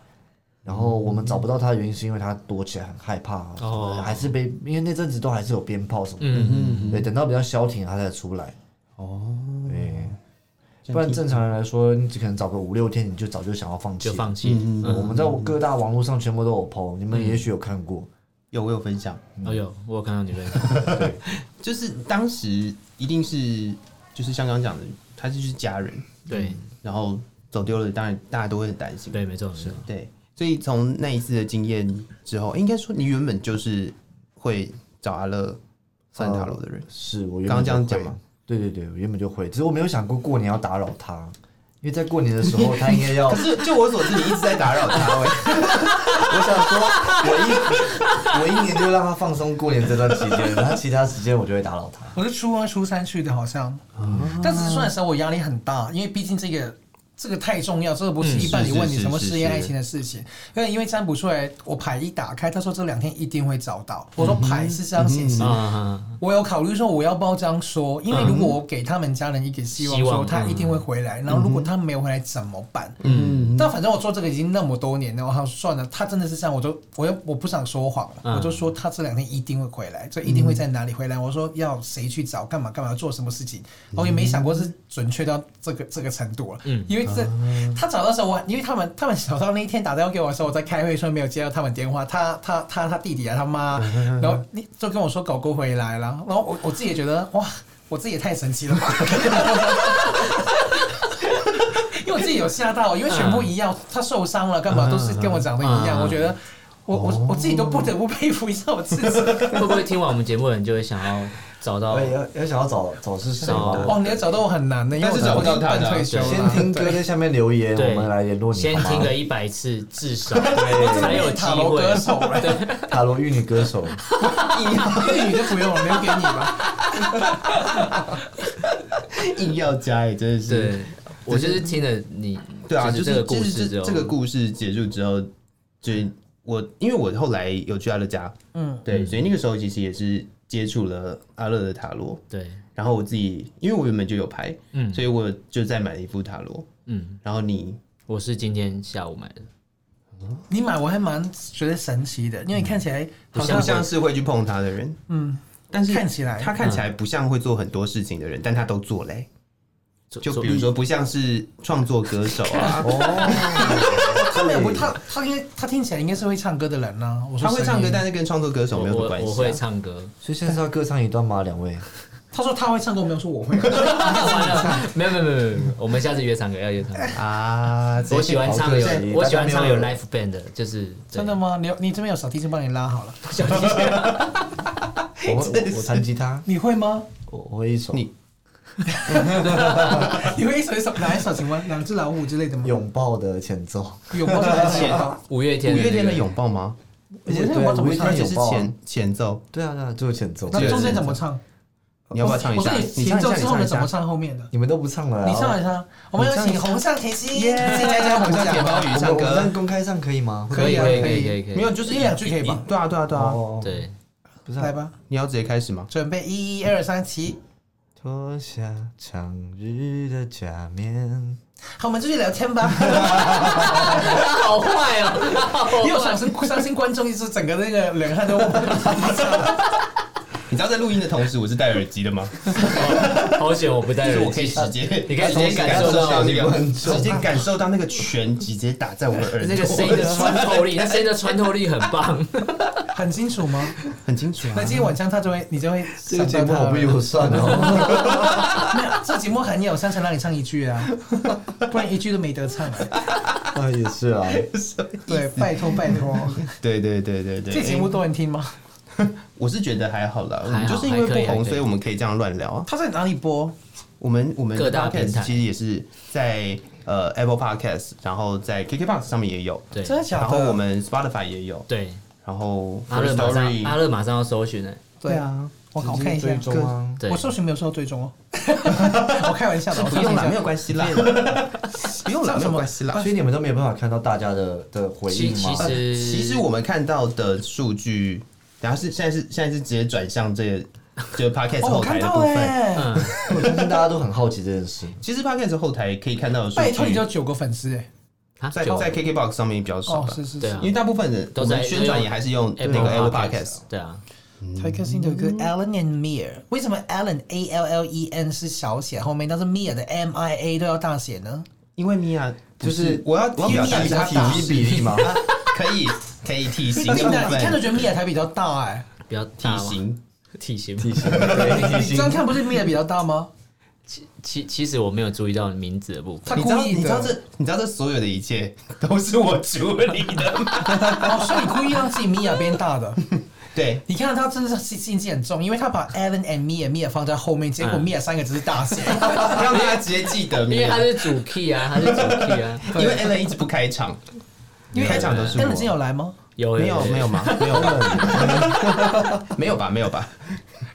Speaker 3: 然后我们找不到它的原因是因为它躲起来很害怕啊什么的，
Speaker 2: 哦
Speaker 3: 还是被因为那阵子都还是有鞭炮什么的，
Speaker 2: 嗯
Speaker 3: 对，等到比较消停它才出来。
Speaker 1: 哦，
Speaker 3: 对，不然正常人来说，你只可能找个五六天，你就早就想要放弃
Speaker 2: 就
Speaker 3: 了。
Speaker 2: 放弃，
Speaker 1: 嗯
Speaker 3: 对我们在各大网络上全部都有 PO，你们也许有看过。
Speaker 1: 有我有分享，
Speaker 4: 嗯
Speaker 2: 哦有，我有看到你分享，
Speaker 1: 就是当时一定是就是像刚刚讲的，他就是家人，
Speaker 2: 对
Speaker 1: 然后走丢了，当然大家都会很担心，
Speaker 2: 对，没错没错，
Speaker 1: 对，所以从那一次的经验之后，应该说你原本就是会找阿乐算塔罗的人，
Speaker 3: 是我原
Speaker 1: 刚刚
Speaker 3: 本
Speaker 1: 这样
Speaker 3: 就会
Speaker 1: 讲吗？
Speaker 3: 对对对，我原本就会，只是我没有想过过年要打扰他，因为在过年的时 候他应
Speaker 2: 哦
Speaker 3: 该要
Speaker 1: 可是就我所知，你一直在打扰他，喂
Speaker 3: 我想说，我一我一年就让他放松过年这段期间，然后其他时间我就会打扰他。
Speaker 4: 我是初二、初三去的，好像。但是算的时候，我压力很大，因为毕竟这个这个太重要，这个不嗯是一般你问你什么事业、爱情的事情。因为因为占卜出来，我牌一打开，他说这两天一定会找到。我说牌是这样显示，
Speaker 2: 啊，
Speaker 4: 我有考虑说我要不要这样说，因为如果我给他们家人一个嗯希望，嗯
Speaker 2: 希望
Speaker 4: 说他一定会回来，然后如果他没有回来怎么办？嗯，但反正我做这个已经那么多年了，我想算了，他真的是这样，我就我又我不想说谎了，
Speaker 2: 嗯
Speaker 4: 我就说他这两天一定会回来，就一定会在哪里回来。我说要谁去找，干嘛干嘛，做什么事情，我也没想过是准确到这个这个程度了。
Speaker 2: 嗯
Speaker 4: 因为这他找到的时候，我因为他们他们找到那一天打电话给我的时候，我在开会，所以没有接到他们电话。他他他他弟弟啊，他 妈，然后你就跟我说狗狗回来了，然后我我自己也觉得哇，我自己也太神奇了吧。因为我自己有吓到，因为全部一样，他受伤了干嘛都是跟我长得一样，
Speaker 2: 嗯
Speaker 4: 我觉得我
Speaker 1: 哦
Speaker 4: 我我自己都不得不佩服一下我 自己。
Speaker 2: 会不会听完我们节目的人就会想要找到
Speaker 3: 我？
Speaker 4: 啊
Speaker 3: 也要要想要找找是谁
Speaker 2: 找
Speaker 3: 的，
Speaker 4: 哦，你要找到我很难的，因为
Speaker 1: 但是找不到他的啊
Speaker 4: 我已经半退休了。
Speaker 3: 先听歌，在下面留言，
Speaker 2: 对
Speaker 3: 我们来联络你。
Speaker 2: 先
Speaker 3: 好吗
Speaker 2: 听个一百次至少，
Speaker 3: 对
Speaker 2: 才有机
Speaker 4: 塔罗
Speaker 2: 会。
Speaker 4: 歌手了，
Speaker 3: 塔罗玉女歌手，
Speaker 4: 粤语就不用了，留给你吧。
Speaker 1: 硬要加哎、真的是。
Speaker 2: 对，我就是听了你，
Speaker 1: 对啊，
Speaker 2: 就是
Speaker 1: 就
Speaker 2: 这个
Speaker 1: 是
Speaker 2: 故
Speaker 1: 就
Speaker 2: 事
Speaker 1: 是
Speaker 2: 之
Speaker 1: 这
Speaker 2: 后，
Speaker 1: 这个故事结束之后，就我因为我后来有去阿乐家，
Speaker 4: 嗯，
Speaker 1: 对，所以那个时候其实也是接触了阿乐的塔罗，
Speaker 2: 对，
Speaker 1: 然后我自己因为我原本就有牌，
Speaker 2: 嗯
Speaker 1: 所以我就再买了一副塔罗，
Speaker 2: 嗯，
Speaker 1: 然后你
Speaker 2: 我是今天下午买的，
Speaker 4: 你买我还蛮觉得神奇的，因为你看起来好
Speaker 1: 好
Speaker 4: 像
Speaker 1: 像像是会去碰它的人，
Speaker 4: 嗯，
Speaker 1: 但是
Speaker 4: 看起来
Speaker 1: 他看起来
Speaker 2: 嗯
Speaker 1: 不像会做很多事情的人，但他都做嘞、
Speaker 2: 做
Speaker 1: 就
Speaker 2: 做
Speaker 1: 比如说不像是创作歌手 啊，
Speaker 3: 哦
Speaker 4: 他没有不，他他应该他听起来应该是会唱歌的人呢。我说
Speaker 1: 他会唱歌，
Speaker 4: 声音
Speaker 1: 但是跟创作歌手
Speaker 2: 我
Speaker 1: 没有什么
Speaker 2: 我
Speaker 1: 关
Speaker 2: 我
Speaker 1: 系、
Speaker 2: 会
Speaker 1: 啊。
Speaker 2: 唱歌，
Speaker 3: 所以现在是要各唱一段吗？两位，
Speaker 4: 他说他会唱歌，我没有说我会。
Speaker 2: 完了，没有没有没有没有没有，我们下次约唱歌要约唱歌。
Speaker 1: 啊，这
Speaker 2: 我喜欢唱有
Speaker 3: 好可惜
Speaker 2: 我喜欢唱有
Speaker 3: 大家没
Speaker 2: live band 的，就是对
Speaker 4: 真的吗？你有你这边有小提琴帮你拉好了，
Speaker 2: 小提琴
Speaker 3: 我会我我弹吉他，
Speaker 4: 你会吗？
Speaker 3: 我我会一首
Speaker 1: 你
Speaker 4: 你会一首一首哪一首？请问两只老虎之类的吗？
Speaker 3: 拥抱的前奏，
Speaker 4: 有吗？
Speaker 2: 五月天
Speaker 1: 五
Speaker 2: 那个，
Speaker 1: 月天的拥抱吗？
Speaker 4: 我觉得我怎么
Speaker 3: 对
Speaker 4: 会
Speaker 3: 我
Speaker 1: 而
Speaker 4: 唱
Speaker 1: 且
Speaker 3: 也？
Speaker 2: 啊
Speaker 1: 是前前奏，
Speaker 3: 对啊对啊，就是前奏。
Speaker 4: 那中间怎么唱？
Speaker 1: 你要不要唱一
Speaker 2: 哦
Speaker 1: 下？
Speaker 4: 我说你
Speaker 1: 你
Speaker 4: 前
Speaker 1: 唱一
Speaker 4: 奏
Speaker 1: 下，你
Speaker 4: 之后
Speaker 1: 唱
Speaker 4: 呢？
Speaker 1: 一
Speaker 4: 怎么
Speaker 1: 下。
Speaker 4: 唱后面的？
Speaker 3: 你们都不唱了啊？
Speaker 4: 你上来唱，我们有请红上甜心，
Speaker 1: 耶
Speaker 4: 谢谢大家红上甜
Speaker 1: 我
Speaker 4: 包
Speaker 1: 们
Speaker 4: 鱼
Speaker 3: 我
Speaker 1: 唱
Speaker 3: 们
Speaker 1: 歌
Speaker 3: 我们这样公开上可以吗？
Speaker 2: 可以
Speaker 4: 可
Speaker 2: 可
Speaker 4: 以
Speaker 2: 以
Speaker 4: 啊可
Speaker 2: 可以
Speaker 4: 以
Speaker 2: 可以可以，
Speaker 1: 没有，就是
Speaker 4: 一两句可以吧
Speaker 1: 一对啊，对啊，对啊。
Speaker 3: 哦，
Speaker 2: 对，
Speaker 3: 不是啊
Speaker 4: 来。吧，
Speaker 1: 你要直接开始吗？
Speaker 4: 准备一一二三起。
Speaker 3: 脱下长日的假面，
Speaker 4: 好，我们继续聊天吧。
Speaker 2: 他好坏哦，他好
Speaker 4: 因为我
Speaker 2: 坏
Speaker 4: 伤。心伤心观众一直整个那个冷汗都。
Speaker 1: 你知道在录音的同时我是戴耳机的吗？
Speaker 2: 好险我不戴
Speaker 1: 就是
Speaker 2: 耳
Speaker 1: 我可以
Speaker 2: 机，
Speaker 1: 直接，
Speaker 2: 你可以直接感受
Speaker 1: 到
Speaker 2: 到
Speaker 1: 那
Speaker 2: 那
Speaker 1: 个
Speaker 2: 个，
Speaker 1: 直接感受到那个拳直接打在我的耳朵，
Speaker 2: 那个声音的穿透力，那声音的穿透力很棒。
Speaker 4: 很清楚吗？
Speaker 1: 很清楚啊。
Speaker 4: 那今天晚上他就会，你就会
Speaker 3: 这个节
Speaker 4: 想到
Speaker 3: 目
Speaker 4: 他
Speaker 3: 好
Speaker 4: 了。
Speaker 3: 不友善哦。
Speaker 4: 没有，这节目很有上才让你唱一句啊， 不然一句都没得唱、啊。
Speaker 3: 啊，也是啊，
Speaker 4: 对，拜托拜托，
Speaker 1: 对对对对对，
Speaker 4: 这节目多能听吗？
Speaker 1: 我是觉得还好啦，我
Speaker 2: 还
Speaker 1: 们
Speaker 2: 好
Speaker 1: 就是因为
Speaker 2: 还可以
Speaker 1: 不
Speaker 2: 还可
Speaker 1: 红，
Speaker 2: 以
Speaker 1: 所以我们可以这样乱聊啊。
Speaker 4: 他在哪里播？
Speaker 1: 我们我们
Speaker 2: 各大
Speaker 1: podcast
Speaker 2: 平台
Speaker 1: 其实也是在呃 Apple Podcast，然后在 KKBox 上面也有，
Speaker 2: 对
Speaker 4: 真的假的？
Speaker 1: 然后我们 Spotify 也有，
Speaker 2: 对，
Speaker 1: 然后
Speaker 2: 阿乐
Speaker 1: First
Speaker 2: 马
Speaker 1: Story
Speaker 2: 上阿乐马上要搜寻了，
Speaker 4: 对啊，
Speaker 1: 啊，
Speaker 4: 我我看一下
Speaker 3: 追。踪啊，
Speaker 2: 对
Speaker 4: 我，搜寻没有搜到追踪哦，我开玩笑的，我
Speaker 1: 不用啦，
Speaker 4: 了，
Speaker 1: 没有关系啦，不用啦，没有关系啦。
Speaker 3: 所以你们都没有办法看到大家的的回
Speaker 2: 其
Speaker 3: 应
Speaker 2: 其
Speaker 3: 吗？
Speaker 1: 呃
Speaker 2: 实
Speaker 1: 其实我们看到的数据，然后是现在是现在是直接转向这个就是 podcast
Speaker 4: 哦，我
Speaker 1: 后
Speaker 4: 看
Speaker 1: 台的
Speaker 4: 到
Speaker 1: 部分。
Speaker 4: 哎、
Speaker 2: 嗯，
Speaker 3: 我相信大家都很好奇这件事。
Speaker 1: 其实 podcast 后台可以看到的数
Speaker 4: 拜托你
Speaker 1: 据
Speaker 4: 就，有九个粉丝哎、
Speaker 2: 啊
Speaker 1: 在
Speaker 2: 就
Speaker 1: 在 KKBox 上面比较少
Speaker 4: 哦，
Speaker 1: 吧
Speaker 4: 是，是
Speaker 2: 对
Speaker 4: 是
Speaker 2: 啊，
Speaker 1: 因为大部分人
Speaker 2: 都在
Speaker 1: 我们宣传也还是用那个 Apple Podcast。
Speaker 2: 对啊，
Speaker 4: 他克星的歌 Alan and Mir，为什么 Alan A L L E N 是小写后面，但是 Mir 的 M I A 都要大写呢？
Speaker 1: 因为米娅就
Speaker 3: 就是
Speaker 1: 是我要我要表达
Speaker 4: 因为
Speaker 1: 是她
Speaker 4: Mia 比较大
Speaker 1: 体积
Speaker 3: 比例嘛，
Speaker 1: 可以可以体型的
Speaker 4: 而且
Speaker 1: 部
Speaker 4: 你看你看着
Speaker 1: 分，
Speaker 4: 觉得 Mir 才比较大哎、
Speaker 2: 比较
Speaker 1: 体
Speaker 2: 大嘛
Speaker 1: 型
Speaker 2: 体型
Speaker 3: 体型，对
Speaker 4: 你
Speaker 3: 体
Speaker 4: 这
Speaker 3: 型。
Speaker 4: 样看不是 Mir 比较大吗？
Speaker 2: 其 其其实我没有注意到名字的部分，
Speaker 4: 他
Speaker 1: 你
Speaker 4: 故
Speaker 1: 知道
Speaker 4: 意的，
Speaker 1: 你知道这你知道这所有的一切都是我处理 的，
Speaker 4: 哦，所以你故意让自己米娅变大的。
Speaker 1: 对，
Speaker 4: 你看他真的是心机很重，因为他把 Alan and Mia Mia 放在后面，结果
Speaker 2: 嗯
Speaker 4: Mia 三个字是大 写。
Speaker 1: 让大家直接记得米
Speaker 2: 因为
Speaker 1: 娅
Speaker 2: 他，是主 key 啊，他是主 key 啊，
Speaker 1: 因为 Alan 一直不开场，因为开场都是
Speaker 4: Alan 今天
Speaker 1: 我。
Speaker 4: 有来吗？
Speaker 2: 有
Speaker 1: 没有没有 吗？没有吧？没有吧？没有吧？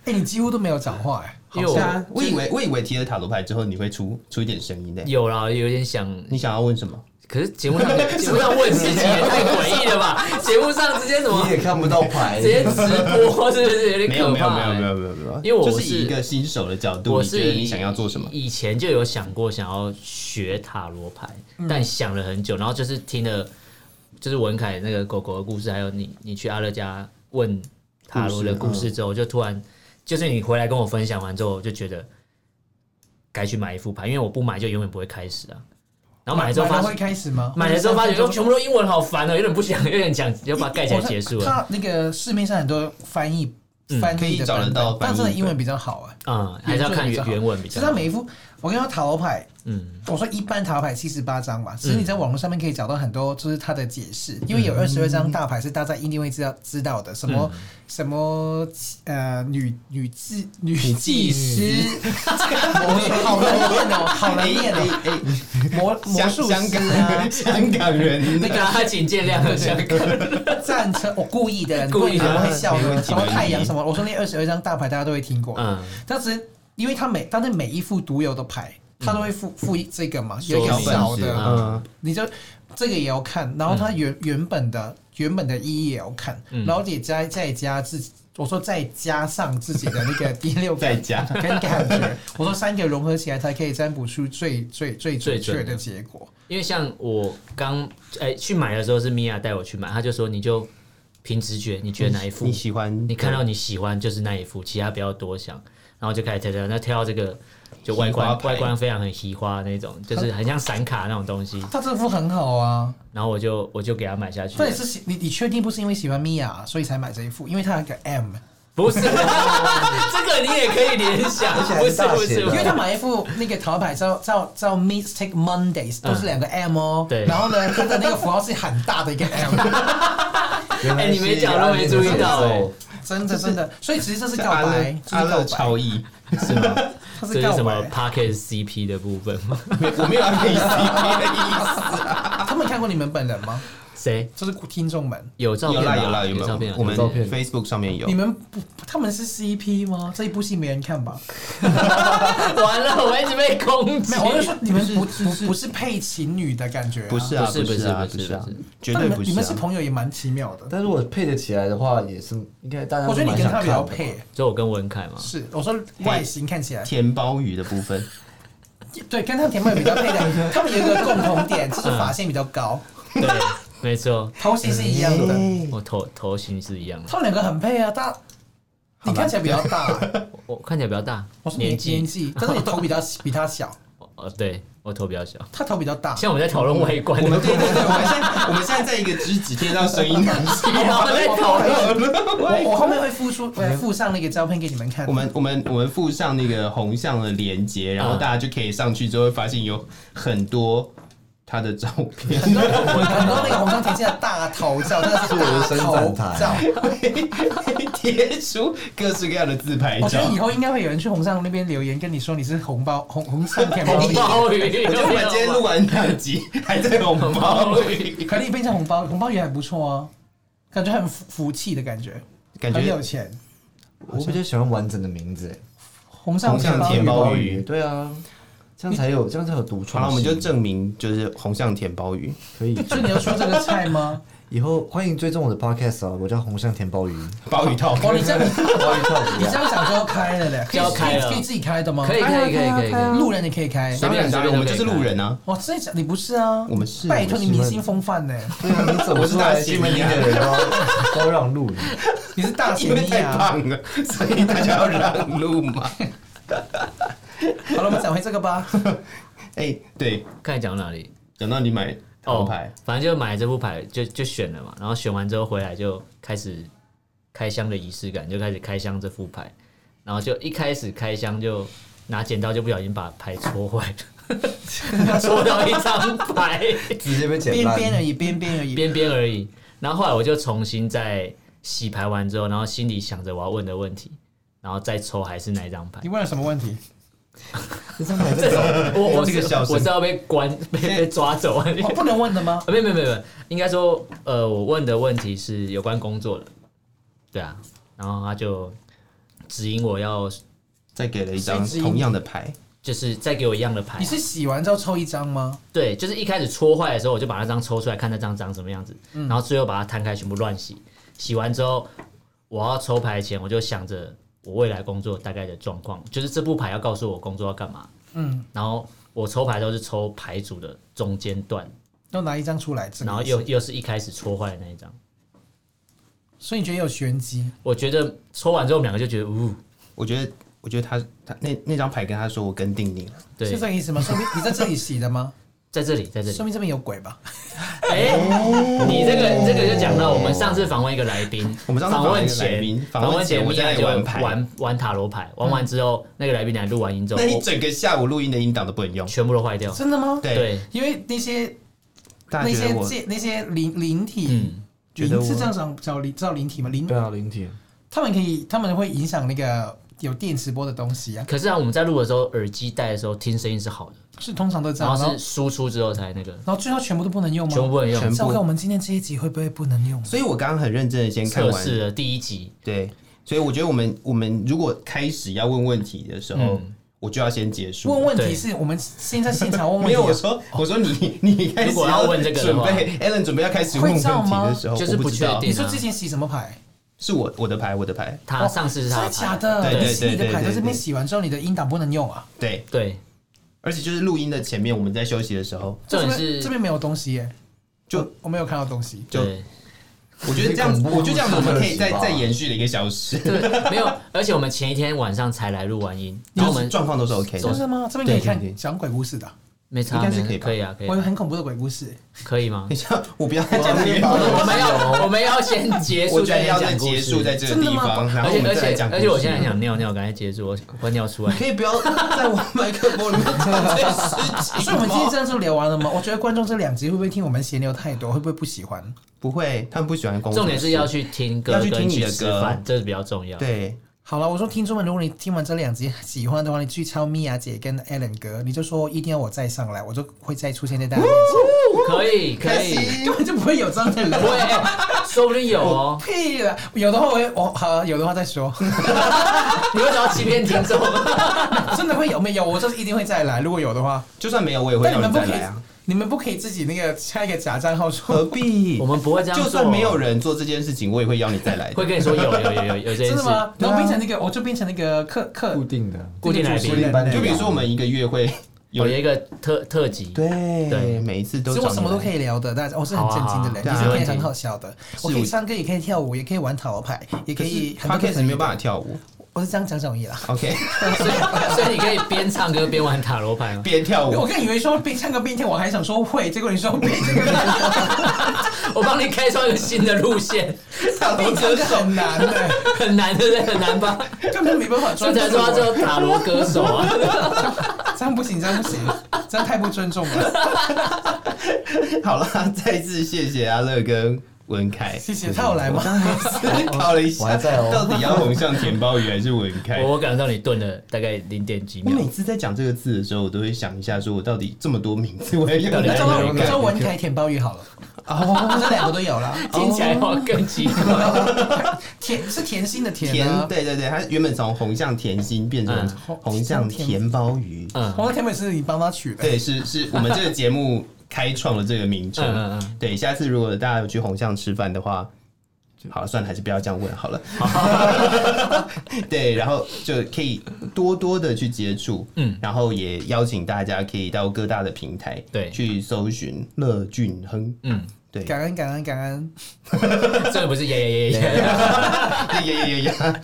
Speaker 4: 哎、你几乎都没有讲话哎、
Speaker 2: 因为
Speaker 1: 是啊我
Speaker 2: 我，
Speaker 1: 以为我以为提了塔罗牌之后你会出出一点声音的。
Speaker 2: 有啦，有点想，
Speaker 1: 你想要问什么？
Speaker 2: 可是节目上节目上问事情也太诡异了吧？节目上直接什么
Speaker 3: 你也看不到牌
Speaker 2: 直，接直播，是不是有点
Speaker 1: 没有
Speaker 2: 可
Speaker 1: 没有
Speaker 2: 怕？欸
Speaker 1: 没有没有没
Speaker 2: 有，
Speaker 1: 有没有，
Speaker 2: 因为我
Speaker 1: 就是以
Speaker 2: 是
Speaker 1: 一个新手的角度，
Speaker 2: 我
Speaker 1: 你
Speaker 2: 是
Speaker 1: 觉得你想要做什么？
Speaker 2: 以前就有想过想要学塔罗牌，
Speaker 4: 嗯
Speaker 2: 但想了很久，然后就是听了就是文凯那个狗狗的故事，还有你你去阿乐家问塔罗的故
Speaker 1: 嗯
Speaker 2: 事之后，就突然就是你回来跟我分享完之后，我就觉得该去买一副牌，因为我不买就永远不会开始啊。然后买了之后发
Speaker 4: 了
Speaker 2: 现
Speaker 4: 会。开始吗？
Speaker 2: 买的时候发觉说全
Speaker 4: 部
Speaker 2: 部都英文，好烦哦、有点不想，有点想要把它盖起来结束了。
Speaker 4: 他那个市面上很多翻译
Speaker 2: 嗯
Speaker 4: 翻译的版本
Speaker 1: 可以找得到翻译
Speaker 4: 但是英文比较好哎、
Speaker 2: 嗯，还是要看
Speaker 4: 原作比较
Speaker 2: 原
Speaker 4: 好
Speaker 2: 原文比
Speaker 4: 其实
Speaker 2: 较
Speaker 4: 他
Speaker 2: 好。
Speaker 4: 每一副，我跟你说塔罗牌，
Speaker 2: 嗯，
Speaker 4: 我说一般塔罗牌七十八张嘛，
Speaker 1: 嗯
Speaker 4: 其实你在网络上面可以找到很多，就是它的解释，因为有二十二
Speaker 1: 嗯
Speaker 4: 张大牌是大家一定会知道知道的，什么、什么呃女女祭女祭师， 好难念哦，好难念哦，魔魔
Speaker 1: 哎香
Speaker 4: 术
Speaker 1: 香
Speaker 4: 师
Speaker 1: 港
Speaker 4: 啊
Speaker 1: 人，，香港人
Speaker 2: 那个啊请见谅 了，香港人。
Speaker 4: 战车，我故意的，
Speaker 2: 故
Speaker 4: 故
Speaker 2: 意
Speaker 4: 意
Speaker 2: 的
Speaker 4: 的会笑
Speaker 1: 没问
Speaker 4: 的，
Speaker 1: 题
Speaker 4: 什么
Speaker 1: 没问题
Speaker 4: 太阳什么，我说那二十二张大牌大家都会听过，
Speaker 2: 嗯，
Speaker 4: 当时因为他每当那每一副独有的牌，他都会附附一这个嘛，有一
Speaker 2: 说
Speaker 4: 个
Speaker 2: 明啊
Speaker 4: 小
Speaker 1: 是
Speaker 4: 的，
Speaker 1: 嗯
Speaker 4: 你就这个也要看，然后它原、原本的原本的意义也要看，
Speaker 2: 嗯
Speaker 4: 然后也加再加自己，我说再加上自己的那个 第六
Speaker 1: 在
Speaker 4: 感
Speaker 1: 家，
Speaker 4: 跟感觉，我说三个融合起来才可以占卜出最最最
Speaker 2: 最
Speaker 4: 准
Speaker 2: 准
Speaker 4: 确的
Speaker 2: 的
Speaker 4: 结果。
Speaker 2: 因为像我刚哎、去买的时候是米娅带我去买，她就说你就凭直觉，你觉得哪一
Speaker 1: 嗯
Speaker 2: 副
Speaker 1: 你喜欢
Speaker 2: 你看到你喜欢就是那一副，其他不要多想。然后就开始挑挑，那挑到这个就外
Speaker 1: 移花
Speaker 2: 观
Speaker 1: 牌
Speaker 2: 外观非常很奇花那种，就是很像闪卡那种东西。
Speaker 4: 他这副很好啊，
Speaker 2: 然后我就我就给他买下去。
Speaker 4: 但也是喜你你确定不是因为喜欢米娅所以才买这一副？因为它有一个 M，
Speaker 2: 不是 这个你也可以联想
Speaker 3: 而且，还
Speaker 2: 不
Speaker 3: 是
Speaker 2: 是
Speaker 3: 大
Speaker 2: 不
Speaker 3: 写
Speaker 2: 是
Speaker 3: 的
Speaker 2: 不
Speaker 4: 因为
Speaker 2: 是，
Speaker 4: 他买一副那个淘牌叫叫叫 Mistake Mondays，都是两个 M 哦。
Speaker 2: 对
Speaker 4: 然后呢，他的那个符号是很大的一个 M，
Speaker 3: 原来
Speaker 2: 哎你没
Speaker 3: 是
Speaker 2: 讲都没注意到哎
Speaker 4: 真的真的。所以其实这是告
Speaker 1: 阿乐
Speaker 4: 白，这
Speaker 1: 阿
Speaker 4: 是
Speaker 1: 乐
Speaker 4: 告白，
Speaker 1: 超意，
Speaker 2: 是吗？
Speaker 4: 他
Speaker 2: 这
Speaker 4: 是
Speaker 2: 是
Speaker 4: 告
Speaker 2: 什么
Speaker 4: 白。
Speaker 2: Pocket CP 的部分吗？
Speaker 1: 没我没有要跟你 CP 的意
Speaker 4: 啊他们看过你们本人吗？
Speaker 2: 谁
Speaker 4: 就是听众们，
Speaker 2: 有照
Speaker 1: 思。有
Speaker 2: 片吧？
Speaker 1: 啦有啦
Speaker 2: 有
Speaker 1: 没
Speaker 2: 照片
Speaker 1: 有
Speaker 2: 啊？？
Speaker 1: 我们
Speaker 3: 有照片
Speaker 1: Facebook 上面有
Speaker 4: 你。们不，他们是 CP 吗？这一部戏没人看吧？
Speaker 2: 完了，我一直被攻击
Speaker 4: 没有，。我就说你们不不不是配情侣的感觉啊，
Speaker 1: 不是啊，
Speaker 2: 不是
Speaker 1: 是啊，
Speaker 2: 不是
Speaker 1: 不啊
Speaker 2: 不是不是，
Speaker 1: 绝
Speaker 4: 但
Speaker 1: 对
Speaker 4: 你
Speaker 1: 不
Speaker 4: 们
Speaker 1: 是啊。
Speaker 4: 你们是朋友也蛮奇妙的。
Speaker 3: 但如果配得起来的话，也是应该大家都
Speaker 4: 我觉得你跟他
Speaker 3: 蛮
Speaker 4: 比
Speaker 3: 想
Speaker 4: 较
Speaker 3: 看的吧。
Speaker 4: 配，
Speaker 2: 就我跟文凯 嘛，
Speaker 4: 是我说外形看起来
Speaker 1: 甜包鱼的部分，
Speaker 4: 对，跟他们甜妹比较配的，他们有一个共同点，就是发线比较高，
Speaker 2: 对，没错，
Speaker 4: 头型是一样的。
Speaker 3: 嗯哎
Speaker 2: 我头头型是一样的，
Speaker 4: 他们两个很配啊，大，你看起来比较大，
Speaker 2: 我看起来比较大
Speaker 1: 哦
Speaker 4: 我，说你
Speaker 2: 年
Speaker 4: 年
Speaker 2: 纪，
Speaker 4: 纪，但是你头比较 比他小，
Speaker 2: 哦，对我头比较小。
Speaker 4: 他头比较大。
Speaker 2: 像我们在讨论外 观，
Speaker 1: 我们对对对，我们现在我们现在在一个直指贴到声音男性，
Speaker 2: 我们在讨论，
Speaker 4: 我我后面会附出，我附上那个照片给你们看。
Speaker 1: 我们我们我们附上那个红象的连接，然后
Speaker 2: 嗯
Speaker 1: 大家就可以上去之后会发现有很多他的照片，
Speaker 4: 很多很多那个红上甜心的大头照，真的是
Speaker 3: 是我的
Speaker 4: 大
Speaker 3: 伸
Speaker 4: 头
Speaker 3: 展
Speaker 4: 照。
Speaker 3: 台
Speaker 1: 贴出各式各样的自拍
Speaker 4: 我觉
Speaker 1: 照
Speaker 4: 得。以后应该会有人去红上那边留言，跟你说你是红包红红上甜包
Speaker 2: 红
Speaker 4: 鱼，
Speaker 2: 包鱼，
Speaker 1: 我觉得我们今天录完两集还在红包 里，
Speaker 4: 可以变成红包红包鱼还不错啊，感觉很福福气的感觉，
Speaker 1: 感
Speaker 4: 很有
Speaker 1: 觉
Speaker 4: 钱。
Speaker 3: 我比较喜欢完整的名字，哎
Speaker 4: 红上
Speaker 1: 红上
Speaker 4: 甜包
Speaker 1: 甜
Speaker 4: 鱼
Speaker 1: 包
Speaker 3: 包
Speaker 1: 鱼
Speaker 3: 鱼，对啊，这样才有这样才有独
Speaker 1: 好
Speaker 3: 创
Speaker 1: 了，
Speaker 3: 性。
Speaker 1: 我们就证明就是红象甜包鱼。
Speaker 3: 可以
Speaker 4: 所以你要说这个菜吗？
Speaker 3: 以后欢迎追踪我的 podcast 啊，我叫红象甜鲍鱼，
Speaker 1: 鲍鱼套，
Speaker 4: 哦，你这 样
Speaker 3: 鲍鱼跳
Speaker 4: 你
Speaker 3: 舞
Speaker 4: 这样讲就要开了嘞，可以
Speaker 2: 就要开了
Speaker 4: 可以可以自己开的吗？
Speaker 2: 可以可以可以可以，可以
Speaker 4: 路人也可以开。
Speaker 2: 随便
Speaker 1: 当然我们就是路人啊，
Speaker 4: 哇，真的假？你不是啊？
Speaker 1: 我们是
Speaker 4: 拜托
Speaker 1: 我们
Speaker 4: 你
Speaker 1: 是
Speaker 4: 明星风范呢，
Speaker 3: 对啊，你怎么出来西门町的人都要都让路？
Speaker 4: 你是大
Speaker 1: 因
Speaker 4: 贤
Speaker 1: 为
Speaker 4: 弟
Speaker 1: 太
Speaker 4: 啊。
Speaker 1: 胖了，所以大家要让路嘛。
Speaker 4: 好了，我们讲回这个吧。
Speaker 1: 哎，对，
Speaker 2: 刚才讲到哪里？哦
Speaker 1: 讲到你买套牌，，
Speaker 2: 反正就买了这副牌，就就选了嘛。然后选完之后回来就开始开箱的仪式感，就开始开箱这副牌。然后就一开始开箱就拿剪刀就不小心把牌戳坏 了，戳到一张牌
Speaker 3: 直接被剪
Speaker 4: 边
Speaker 3: 烂。
Speaker 4: 边而已，边边而已。
Speaker 2: 边边而已。然后后来我就重新再洗牌完之后，然后心里想着我要问的问题，然后再抽还是那一张牌
Speaker 4: 你。问了什么问题？
Speaker 3: 这张牌是
Speaker 2: 我我
Speaker 1: 这个
Speaker 2: 是
Speaker 1: 笑声
Speaker 2: 我是要被关被被抓走啊！
Speaker 4: 哦，不能问的吗？
Speaker 2: 啊，没有没有没有没有，应该说，呃，我问的问题是有关工作的，对啊，然后他就指引我要，
Speaker 1: 再给了一张同样的牌，
Speaker 2: 就是再给我一样的牌
Speaker 4: 你，是洗完之后抽一张吗？
Speaker 2: 对，就是一开始戳坏的时候，我就把那张抽出来看那张长什么样子，然后最后把它摊开全部乱洗，洗完之后，我要抽牌前，我就想着我未来工作大概的状况，就是这副牌要告诉我工作要干嘛，
Speaker 4: 嗯，
Speaker 2: 然后我抽牌都是抽牌组的中间段，
Speaker 4: 都拿一张出来，这个
Speaker 2: 然后又又是一开始戳坏的那一张，
Speaker 4: 所以你觉得有玄机？
Speaker 2: 我觉得抽完之后我们两个就觉得，呜。
Speaker 1: 我觉得，我觉得他他那那张牌跟他说我跟定你了，
Speaker 2: 对
Speaker 4: 是，这个意思吗？说明你在这里洗的吗？
Speaker 2: 在这里，在这
Speaker 4: 说
Speaker 2: 里，
Speaker 4: 明这边有鬼吧？
Speaker 2: 哎，你这个你这个就讲到我们上次访问一个来宾，
Speaker 1: 我们上次访
Speaker 2: 访
Speaker 1: 问
Speaker 2: 问
Speaker 1: 一个来宾
Speaker 2: 前，
Speaker 1: 访问
Speaker 2: 问
Speaker 1: 前
Speaker 2: 前
Speaker 1: 我
Speaker 2: 米
Speaker 1: 在那
Speaker 2: 娅
Speaker 1: 里
Speaker 2: 就
Speaker 1: 玩牌嗯
Speaker 2: 玩玩塔罗牌，玩完之后，那个来宾来录完音之后，
Speaker 1: 那一
Speaker 2: 我
Speaker 1: 整个下午录音的音档都不能用。
Speaker 2: 全部都坏掉。
Speaker 4: 真的吗？
Speaker 1: 对
Speaker 2: 哦对，
Speaker 4: 因为那些
Speaker 1: 大
Speaker 4: 那
Speaker 1: 家觉
Speaker 4: 些
Speaker 1: 得我
Speaker 4: 界那些灵灵体，
Speaker 2: 嗯，
Speaker 3: 觉得
Speaker 4: 灵
Speaker 3: 我
Speaker 4: 是这样讲叫灵叫灵体吗？灵
Speaker 3: 对啊，灵体
Speaker 4: 他们可以，他们会影响那个有电磁波的东西啊，
Speaker 2: 可是啊，我们在录的时候，耳机戴的时候听声音是好的，
Speaker 4: 是通常都这
Speaker 2: 然
Speaker 1: 啊
Speaker 4: 样。
Speaker 2: 后
Speaker 4: 然后
Speaker 2: 是，输出之后才那个，
Speaker 4: 然后最后全部都不能用吗？
Speaker 2: 全部不能用
Speaker 1: 哦全。部
Speaker 4: 照看我们今天这一集会不会不能用？
Speaker 1: 所以我刚刚很认真的先看
Speaker 2: 测
Speaker 1: 完，
Speaker 2: 试了第一集，
Speaker 1: 对，所以我觉得我们我们如果开始要问问题的时候，
Speaker 2: 嗯
Speaker 1: 我就要先结束。
Speaker 4: 问问题
Speaker 2: 对
Speaker 4: 是我们现在现场问问
Speaker 1: 没
Speaker 4: 题
Speaker 1: 有，我
Speaker 4: 啊，
Speaker 1: 说我说你你开始
Speaker 2: 如果要问这个的
Speaker 1: 准
Speaker 2: 话
Speaker 1: 备，Alan 准备要开始问问题的时候，
Speaker 2: 会照吗就是
Speaker 1: 我
Speaker 2: 不
Speaker 1: 不知道
Speaker 2: 确
Speaker 4: 你
Speaker 2: 定
Speaker 4: 说之前洗什么牌？
Speaker 1: 是我我的牌我的牌，
Speaker 2: 他上次是
Speaker 4: 哦真
Speaker 2: 他
Speaker 4: 的假的？
Speaker 2: 牌，
Speaker 1: 对
Speaker 4: 你洗你的
Speaker 1: 对对
Speaker 4: 牌
Speaker 1: 对
Speaker 4: 在这边
Speaker 1: 对
Speaker 4: 洗完之后，你的音档不能用啊？
Speaker 1: 对，
Speaker 2: 对，
Speaker 1: 而且就是录音的前面我们在休息的时候，
Speaker 2: 重点
Speaker 4: 这边
Speaker 2: 是
Speaker 4: 这边没有东西耶，
Speaker 1: 就
Speaker 4: 我我没有看到东西。
Speaker 1: 就
Speaker 2: 对
Speaker 1: 我觉得这样子，
Speaker 3: 这是恐怖
Speaker 1: 我就这样子，我们可以再
Speaker 3: 故事吧
Speaker 1: 再延续了一个小时，
Speaker 2: 对，没有，而且我们前一天晚上才来录完音，然后我们
Speaker 1: 状况都是 OK
Speaker 4: 真
Speaker 1: 的。
Speaker 4: 的吗？这边可以
Speaker 1: 对对对
Speaker 4: 看讲鬼故事的啊，
Speaker 2: 没差，
Speaker 1: 应该是可
Speaker 2: 没
Speaker 1: 以吧
Speaker 2: 可以啊，可以
Speaker 4: 我有
Speaker 2: 啊，
Speaker 4: 很恐怖的鬼故事。
Speaker 2: 可以吗
Speaker 1: 等一？下，我不要再讲这个，
Speaker 2: 我们要我们要先结
Speaker 1: 我
Speaker 2: 束，
Speaker 1: 觉得要
Speaker 2: 再
Speaker 1: 再
Speaker 2: 讲故
Speaker 1: 结
Speaker 2: 事
Speaker 1: 束在这个
Speaker 4: 真的
Speaker 1: 地
Speaker 4: 吗
Speaker 1: 方，然
Speaker 2: 而
Speaker 1: 后我
Speaker 2: 且
Speaker 1: 们
Speaker 2: 而
Speaker 1: 再来
Speaker 2: 且
Speaker 1: 讲故
Speaker 2: 而
Speaker 1: 事。
Speaker 2: 且我现在想尿尿，赶快结束，我我 尿出来。
Speaker 1: 可以不要在我麦克风里面讲这个事情吗。
Speaker 4: 所以我们今天这样就聊完了吗？我觉得观众这两集会不会听我们闲聊太多，会不会不喜欢？
Speaker 1: 不会，他们不喜欢工作。
Speaker 2: 重点是要去听歌
Speaker 1: 要去听
Speaker 2: 跟
Speaker 1: 你的
Speaker 2: 吃
Speaker 1: 歌
Speaker 2: 饭，这是比较重要。
Speaker 1: 对，
Speaker 4: 好了，我说听众们，如果你听完这两集喜欢的话，你去敲米娅姐跟 Allen 哥，你就说一定要我再上来，我就会再出现在大家面前，
Speaker 2: 可以可以，
Speaker 4: 根本就不会有这样的人。
Speaker 2: 不会，哎说不定有哦。
Speaker 4: 屁了，有的话我会我好，有的话再说，
Speaker 2: 你为什么要欺骗听众？
Speaker 4: 真的会有没有？我就是一定会再来，如果有的话。
Speaker 1: 就算没有我也会
Speaker 4: 但你
Speaker 1: 让
Speaker 4: 们不
Speaker 1: 再
Speaker 4: 可以
Speaker 1: 来啊。，
Speaker 4: 你们不可以自己那个开一个假账号
Speaker 1: 何
Speaker 4: 说，
Speaker 1: 必？
Speaker 2: 我们不会这样做
Speaker 1: 就
Speaker 2: 哦
Speaker 1: 算没有人做这件事情，我也会邀你再来。啊
Speaker 2: 会跟你说有有有有有
Speaker 4: 真
Speaker 2: 这 件
Speaker 4: 的
Speaker 2: 事，
Speaker 4: 吗？
Speaker 1: 对
Speaker 4: 然后
Speaker 1: 啊
Speaker 4: 变成那个，我就变成那个客客
Speaker 3: 固定的，
Speaker 2: 固定来
Speaker 4: 主
Speaker 2: 宾
Speaker 4: 持人
Speaker 3: 固定班底
Speaker 1: 就比如说我们一个月会有
Speaker 2: 有一个特特辑，
Speaker 1: 对
Speaker 2: 对
Speaker 1: 每一次都
Speaker 4: 其实我什么都可
Speaker 1: 以。
Speaker 4: 以聊的，但是我是很
Speaker 2: 好啊
Speaker 4: 正经的人，
Speaker 1: 对
Speaker 4: 也
Speaker 1: 啊
Speaker 4: 是可以
Speaker 1: 没问题
Speaker 4: 很好笑的。我
Speaker 1: 是
Speaker 4: 可以唱歌，也可以跳舞，也可以玩塔罗牌，也可
Speaker 1: 可
Speaker 4: 以
Speaker 1: 是
Speaker 4: 很多
Speaker 1: podcast 没有办法
Speaker 4: 法。
Speaker 1: 跳舞
Speaker 4: 我是这样讲讲而已啦。
Speaker 1: ，OK？
Speaker 2: 所以所以你可以边唱歌边玩塔罗牌吗？
Speaker 1: 边跳
Speaker 4: 我
Speaker 1: 舞，
Speaker 4: 刚以为说边唱歌边跳，我还想说会，结果你说边这个
Speaker 2: 我帮你开创一个新的路线，
Speaker 1: 塔罗
Speaker 4: 边唱
Speaker 1: 歌
Speaker 4: 歌
Speaker 1: 手
Speaker 4: 很难的，
Speaker 2: 很难对不对？很 难吧？
Speaker 4: 根本没办法
Speaker 2: 所以
Speaker 4: 专注
Speaker 2: 才说他
Speaker 4: 我。
Speaker 2: 叫塔罗歌手啊。
Speaker 4: 这样不行，这样不行，这样太不尊重了。
Speaker 1: 好了，再次谢谢阿乐跟文凯。
Speaker 4: 谢谢，他有 来吗？
Speaker 1: 考了一
Speaker 3: 我
Speaker 1: 下，
Speaker 3: 还在哦
Speaker 1: 到底要红向甜鲍鱼还是文凯？
Speaker 2: 我感受到你顿了大概零点几
Speaker 1: 我
Speaker 2: 秒，
Speaker 1: 每次在讲这个字的时候，我都会想一下，说我到底这么多名字，我要用
Speaker 2: 到底
Speaker 1: 哪
Speaker 4: 叫
Speaker 2: 要
Speaker 1: 一
Speaker 2: 用
Speaker 1: 个
Speaker 4: 我
Speaker 2: 哪一
Speaker 4: 叫
Speaker 2: 个
Speaker 4: 文凯舔鲍鱼好了。哦，这两个都有啦。哦
Speaker 2: 听起来话更奇怪。
Speaker 4: 甜是甜心的甜
Speaker 1: 甜？
Speaker 4: 啊。
Speaker 1: 对对对，它原本从红向甜心变成
Speaker 2: 嗯
Speaker 1: 红向甜鲍鱼，
Speaker 2: 嗯，
Speaker 4: 黄的甜美是你帮他取的。
Speaker 1: 对，是是我们这个节目开创了这个名称。
Speaker 2: 嗯嗯嗯
Speaker 1: 对，下次如果大家有去红巷吃饭的话，好了，算了，还是不要这样问 好了。对，然后就可以多多的去接触，嗯
Speaker 2: 嗯，
Speaker 1: 然后也邀请大家可以到各大的平台，
Speaker 2: 对
Speaker 1: 去搜寻乐俊 亨，
Speaker 2: 嗯，
Speaker 1: 对，
Speaker 4: 感恩感恩感恩！
Speaker 2: 这个不是耶耶耶耶，
Speaker 1: 呀呀呀呀呀！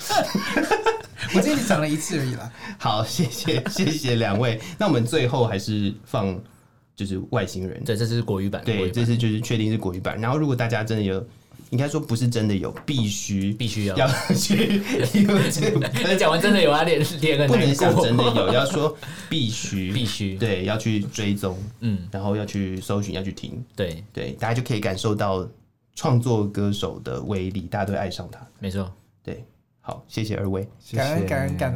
Speaker 4: 我这次讲了一次而已啦。
Speaker 1: 好，谢 谢谢谢两位。那我们最后还是放就是外星人，
Speaker 2: 对，这是国语版，国
Speaker 1: 对，
Speaker 2: 语
Speaker 1: 这
Speaker 2: 版
Speaker 1: 次就是确定是国语版。然后如果大家真的有，应该说不是真的有，必须
Speaker 2: 必须要
Speaker 1: 要。 去 YouTube，
Speaker 2: 你讲完真的有啊，脸脸很
Speaker 1: 不能
Speaker 2: 难
Speaker 1: 想真的
Speaker 2: 过，
Speaker 1: 有，要 说必须
Speaker 2: 必须
Speaker 1: 对，要去追踪，
Speaker 2: 嗯，
Speaker 1: 然后要去搜寻，要去听，
Speaker 2: 对，
Speaker 1: 对，大家就可以感受到创作歌手的威力，大家都会爱上他。
Speaker 2: 没错，
Speaker 1: 对，好，谢谢二位，
Speaker 3: 谢谢
Speaker 4: 感恩感恩感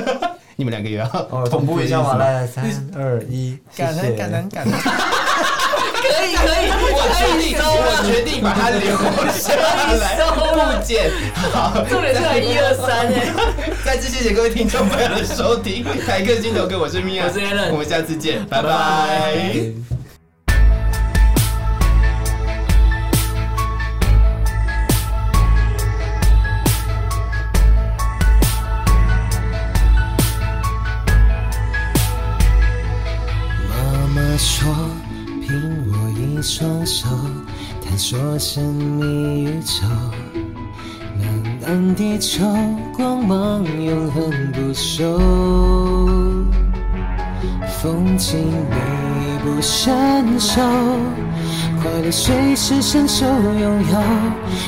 Speaker 4: 恩！
Speaker 1: 你们两个也要
Speaker 3: 哦，
Speaker 1: 同
Speaker 3: 同
Speaker 1: 步
Speaker 3: 步
Speaker 1: 一
Speaker 3: 一
Speaker 1: 下
Speaker 3: 下
Speaker 1: 吗
Speaker 3: 嘛，？来来， 三二一，谢
Speaker 4: 感
Speaker 3: 谢
Speaker 4: 恩感恩感恩！
Speaker 2: 可以可以，我可以收
Speaker 1: 我决定把它留下来，不剪。好，
Speaker 2: 啊 重点是来一二三哎，
Speaker 1: 再次谢谢各位听众朋友的收听，《台客心头哥》，我是米娅，
Speaker 2: 我是 Alan
Speaker 1: 我们下次见，拜拜。
Speaker 5: 妈妈说，凭我一双手探索神秘宇宙，暖暖地球光芒永恒不朽，风景美不胜收，快乐随时伸手拥有，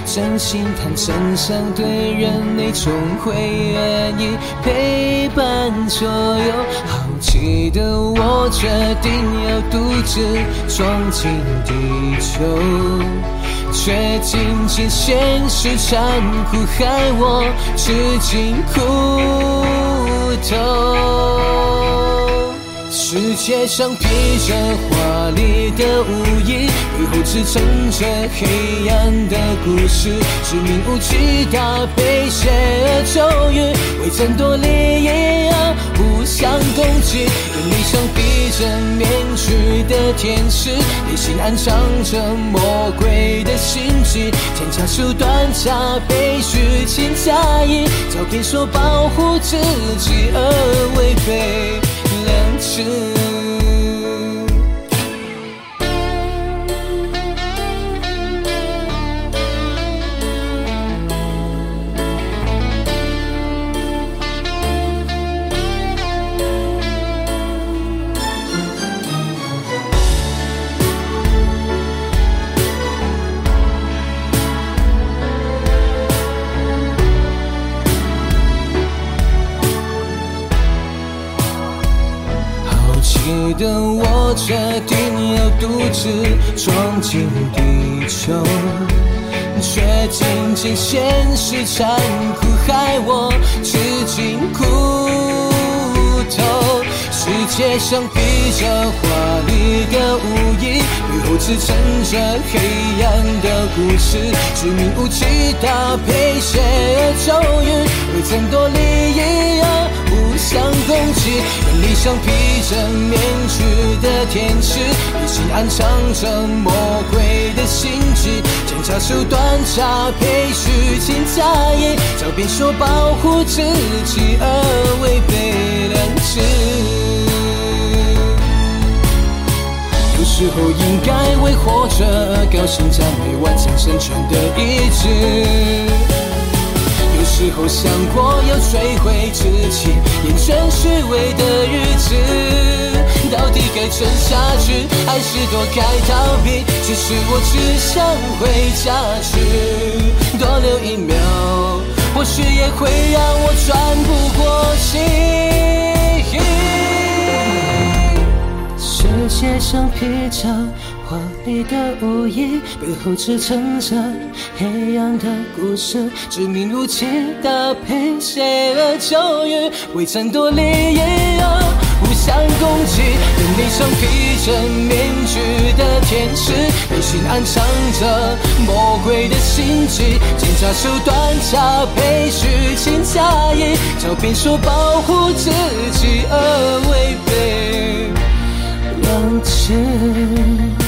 Speaker 5: 真心谈真相对人，你总会愿意陪伴左右。好奇的我决定要独自撞进地球。却仅仅现实残酷，害我吃尽苦头。世界上披着华丽的舞衣，背后支撑着黑暗的故事，是明无巨大被邪恶咒语，为争夺利益而互相攻击。眼里像披着面具的天使，内心暗藏着魔鬼的心机，添加手段加倍虚情假意，照片说保护自己而违背良知。好奇的我决定要独自闯进地球，却仅仅现实残酷，害我吃尽苦头。世界上披着华丽的舞衣，背后支撑着黑暗的故事，致命武器搭配邪恶咒语，为争夺利益而互啊相攻击。眼里像披着面具的天使，内心暗藏着魔鬼的心机，检查手段加倍虚情假意，狡辩说保护自己而违背良知。有时候应该为活着而高兴，赞美完成生存的意志。有时候想过要摧毁自己，厌倦虚伪的日子。到底该撑下去，还是躲开逃避？其实我只想回家去多留一秒，或许也会让我喘不过气。世界上披着华丽的舞衣，背后支撑着黑暗的故事，致命武器搭配邪恶咒语，为争夺利益而互相攻击。眼里像披着面具的天使，内心暗藏着魔鬼的心机，奸诈手段加倍虚情假意，狡辩说保护自己而违背。冷却。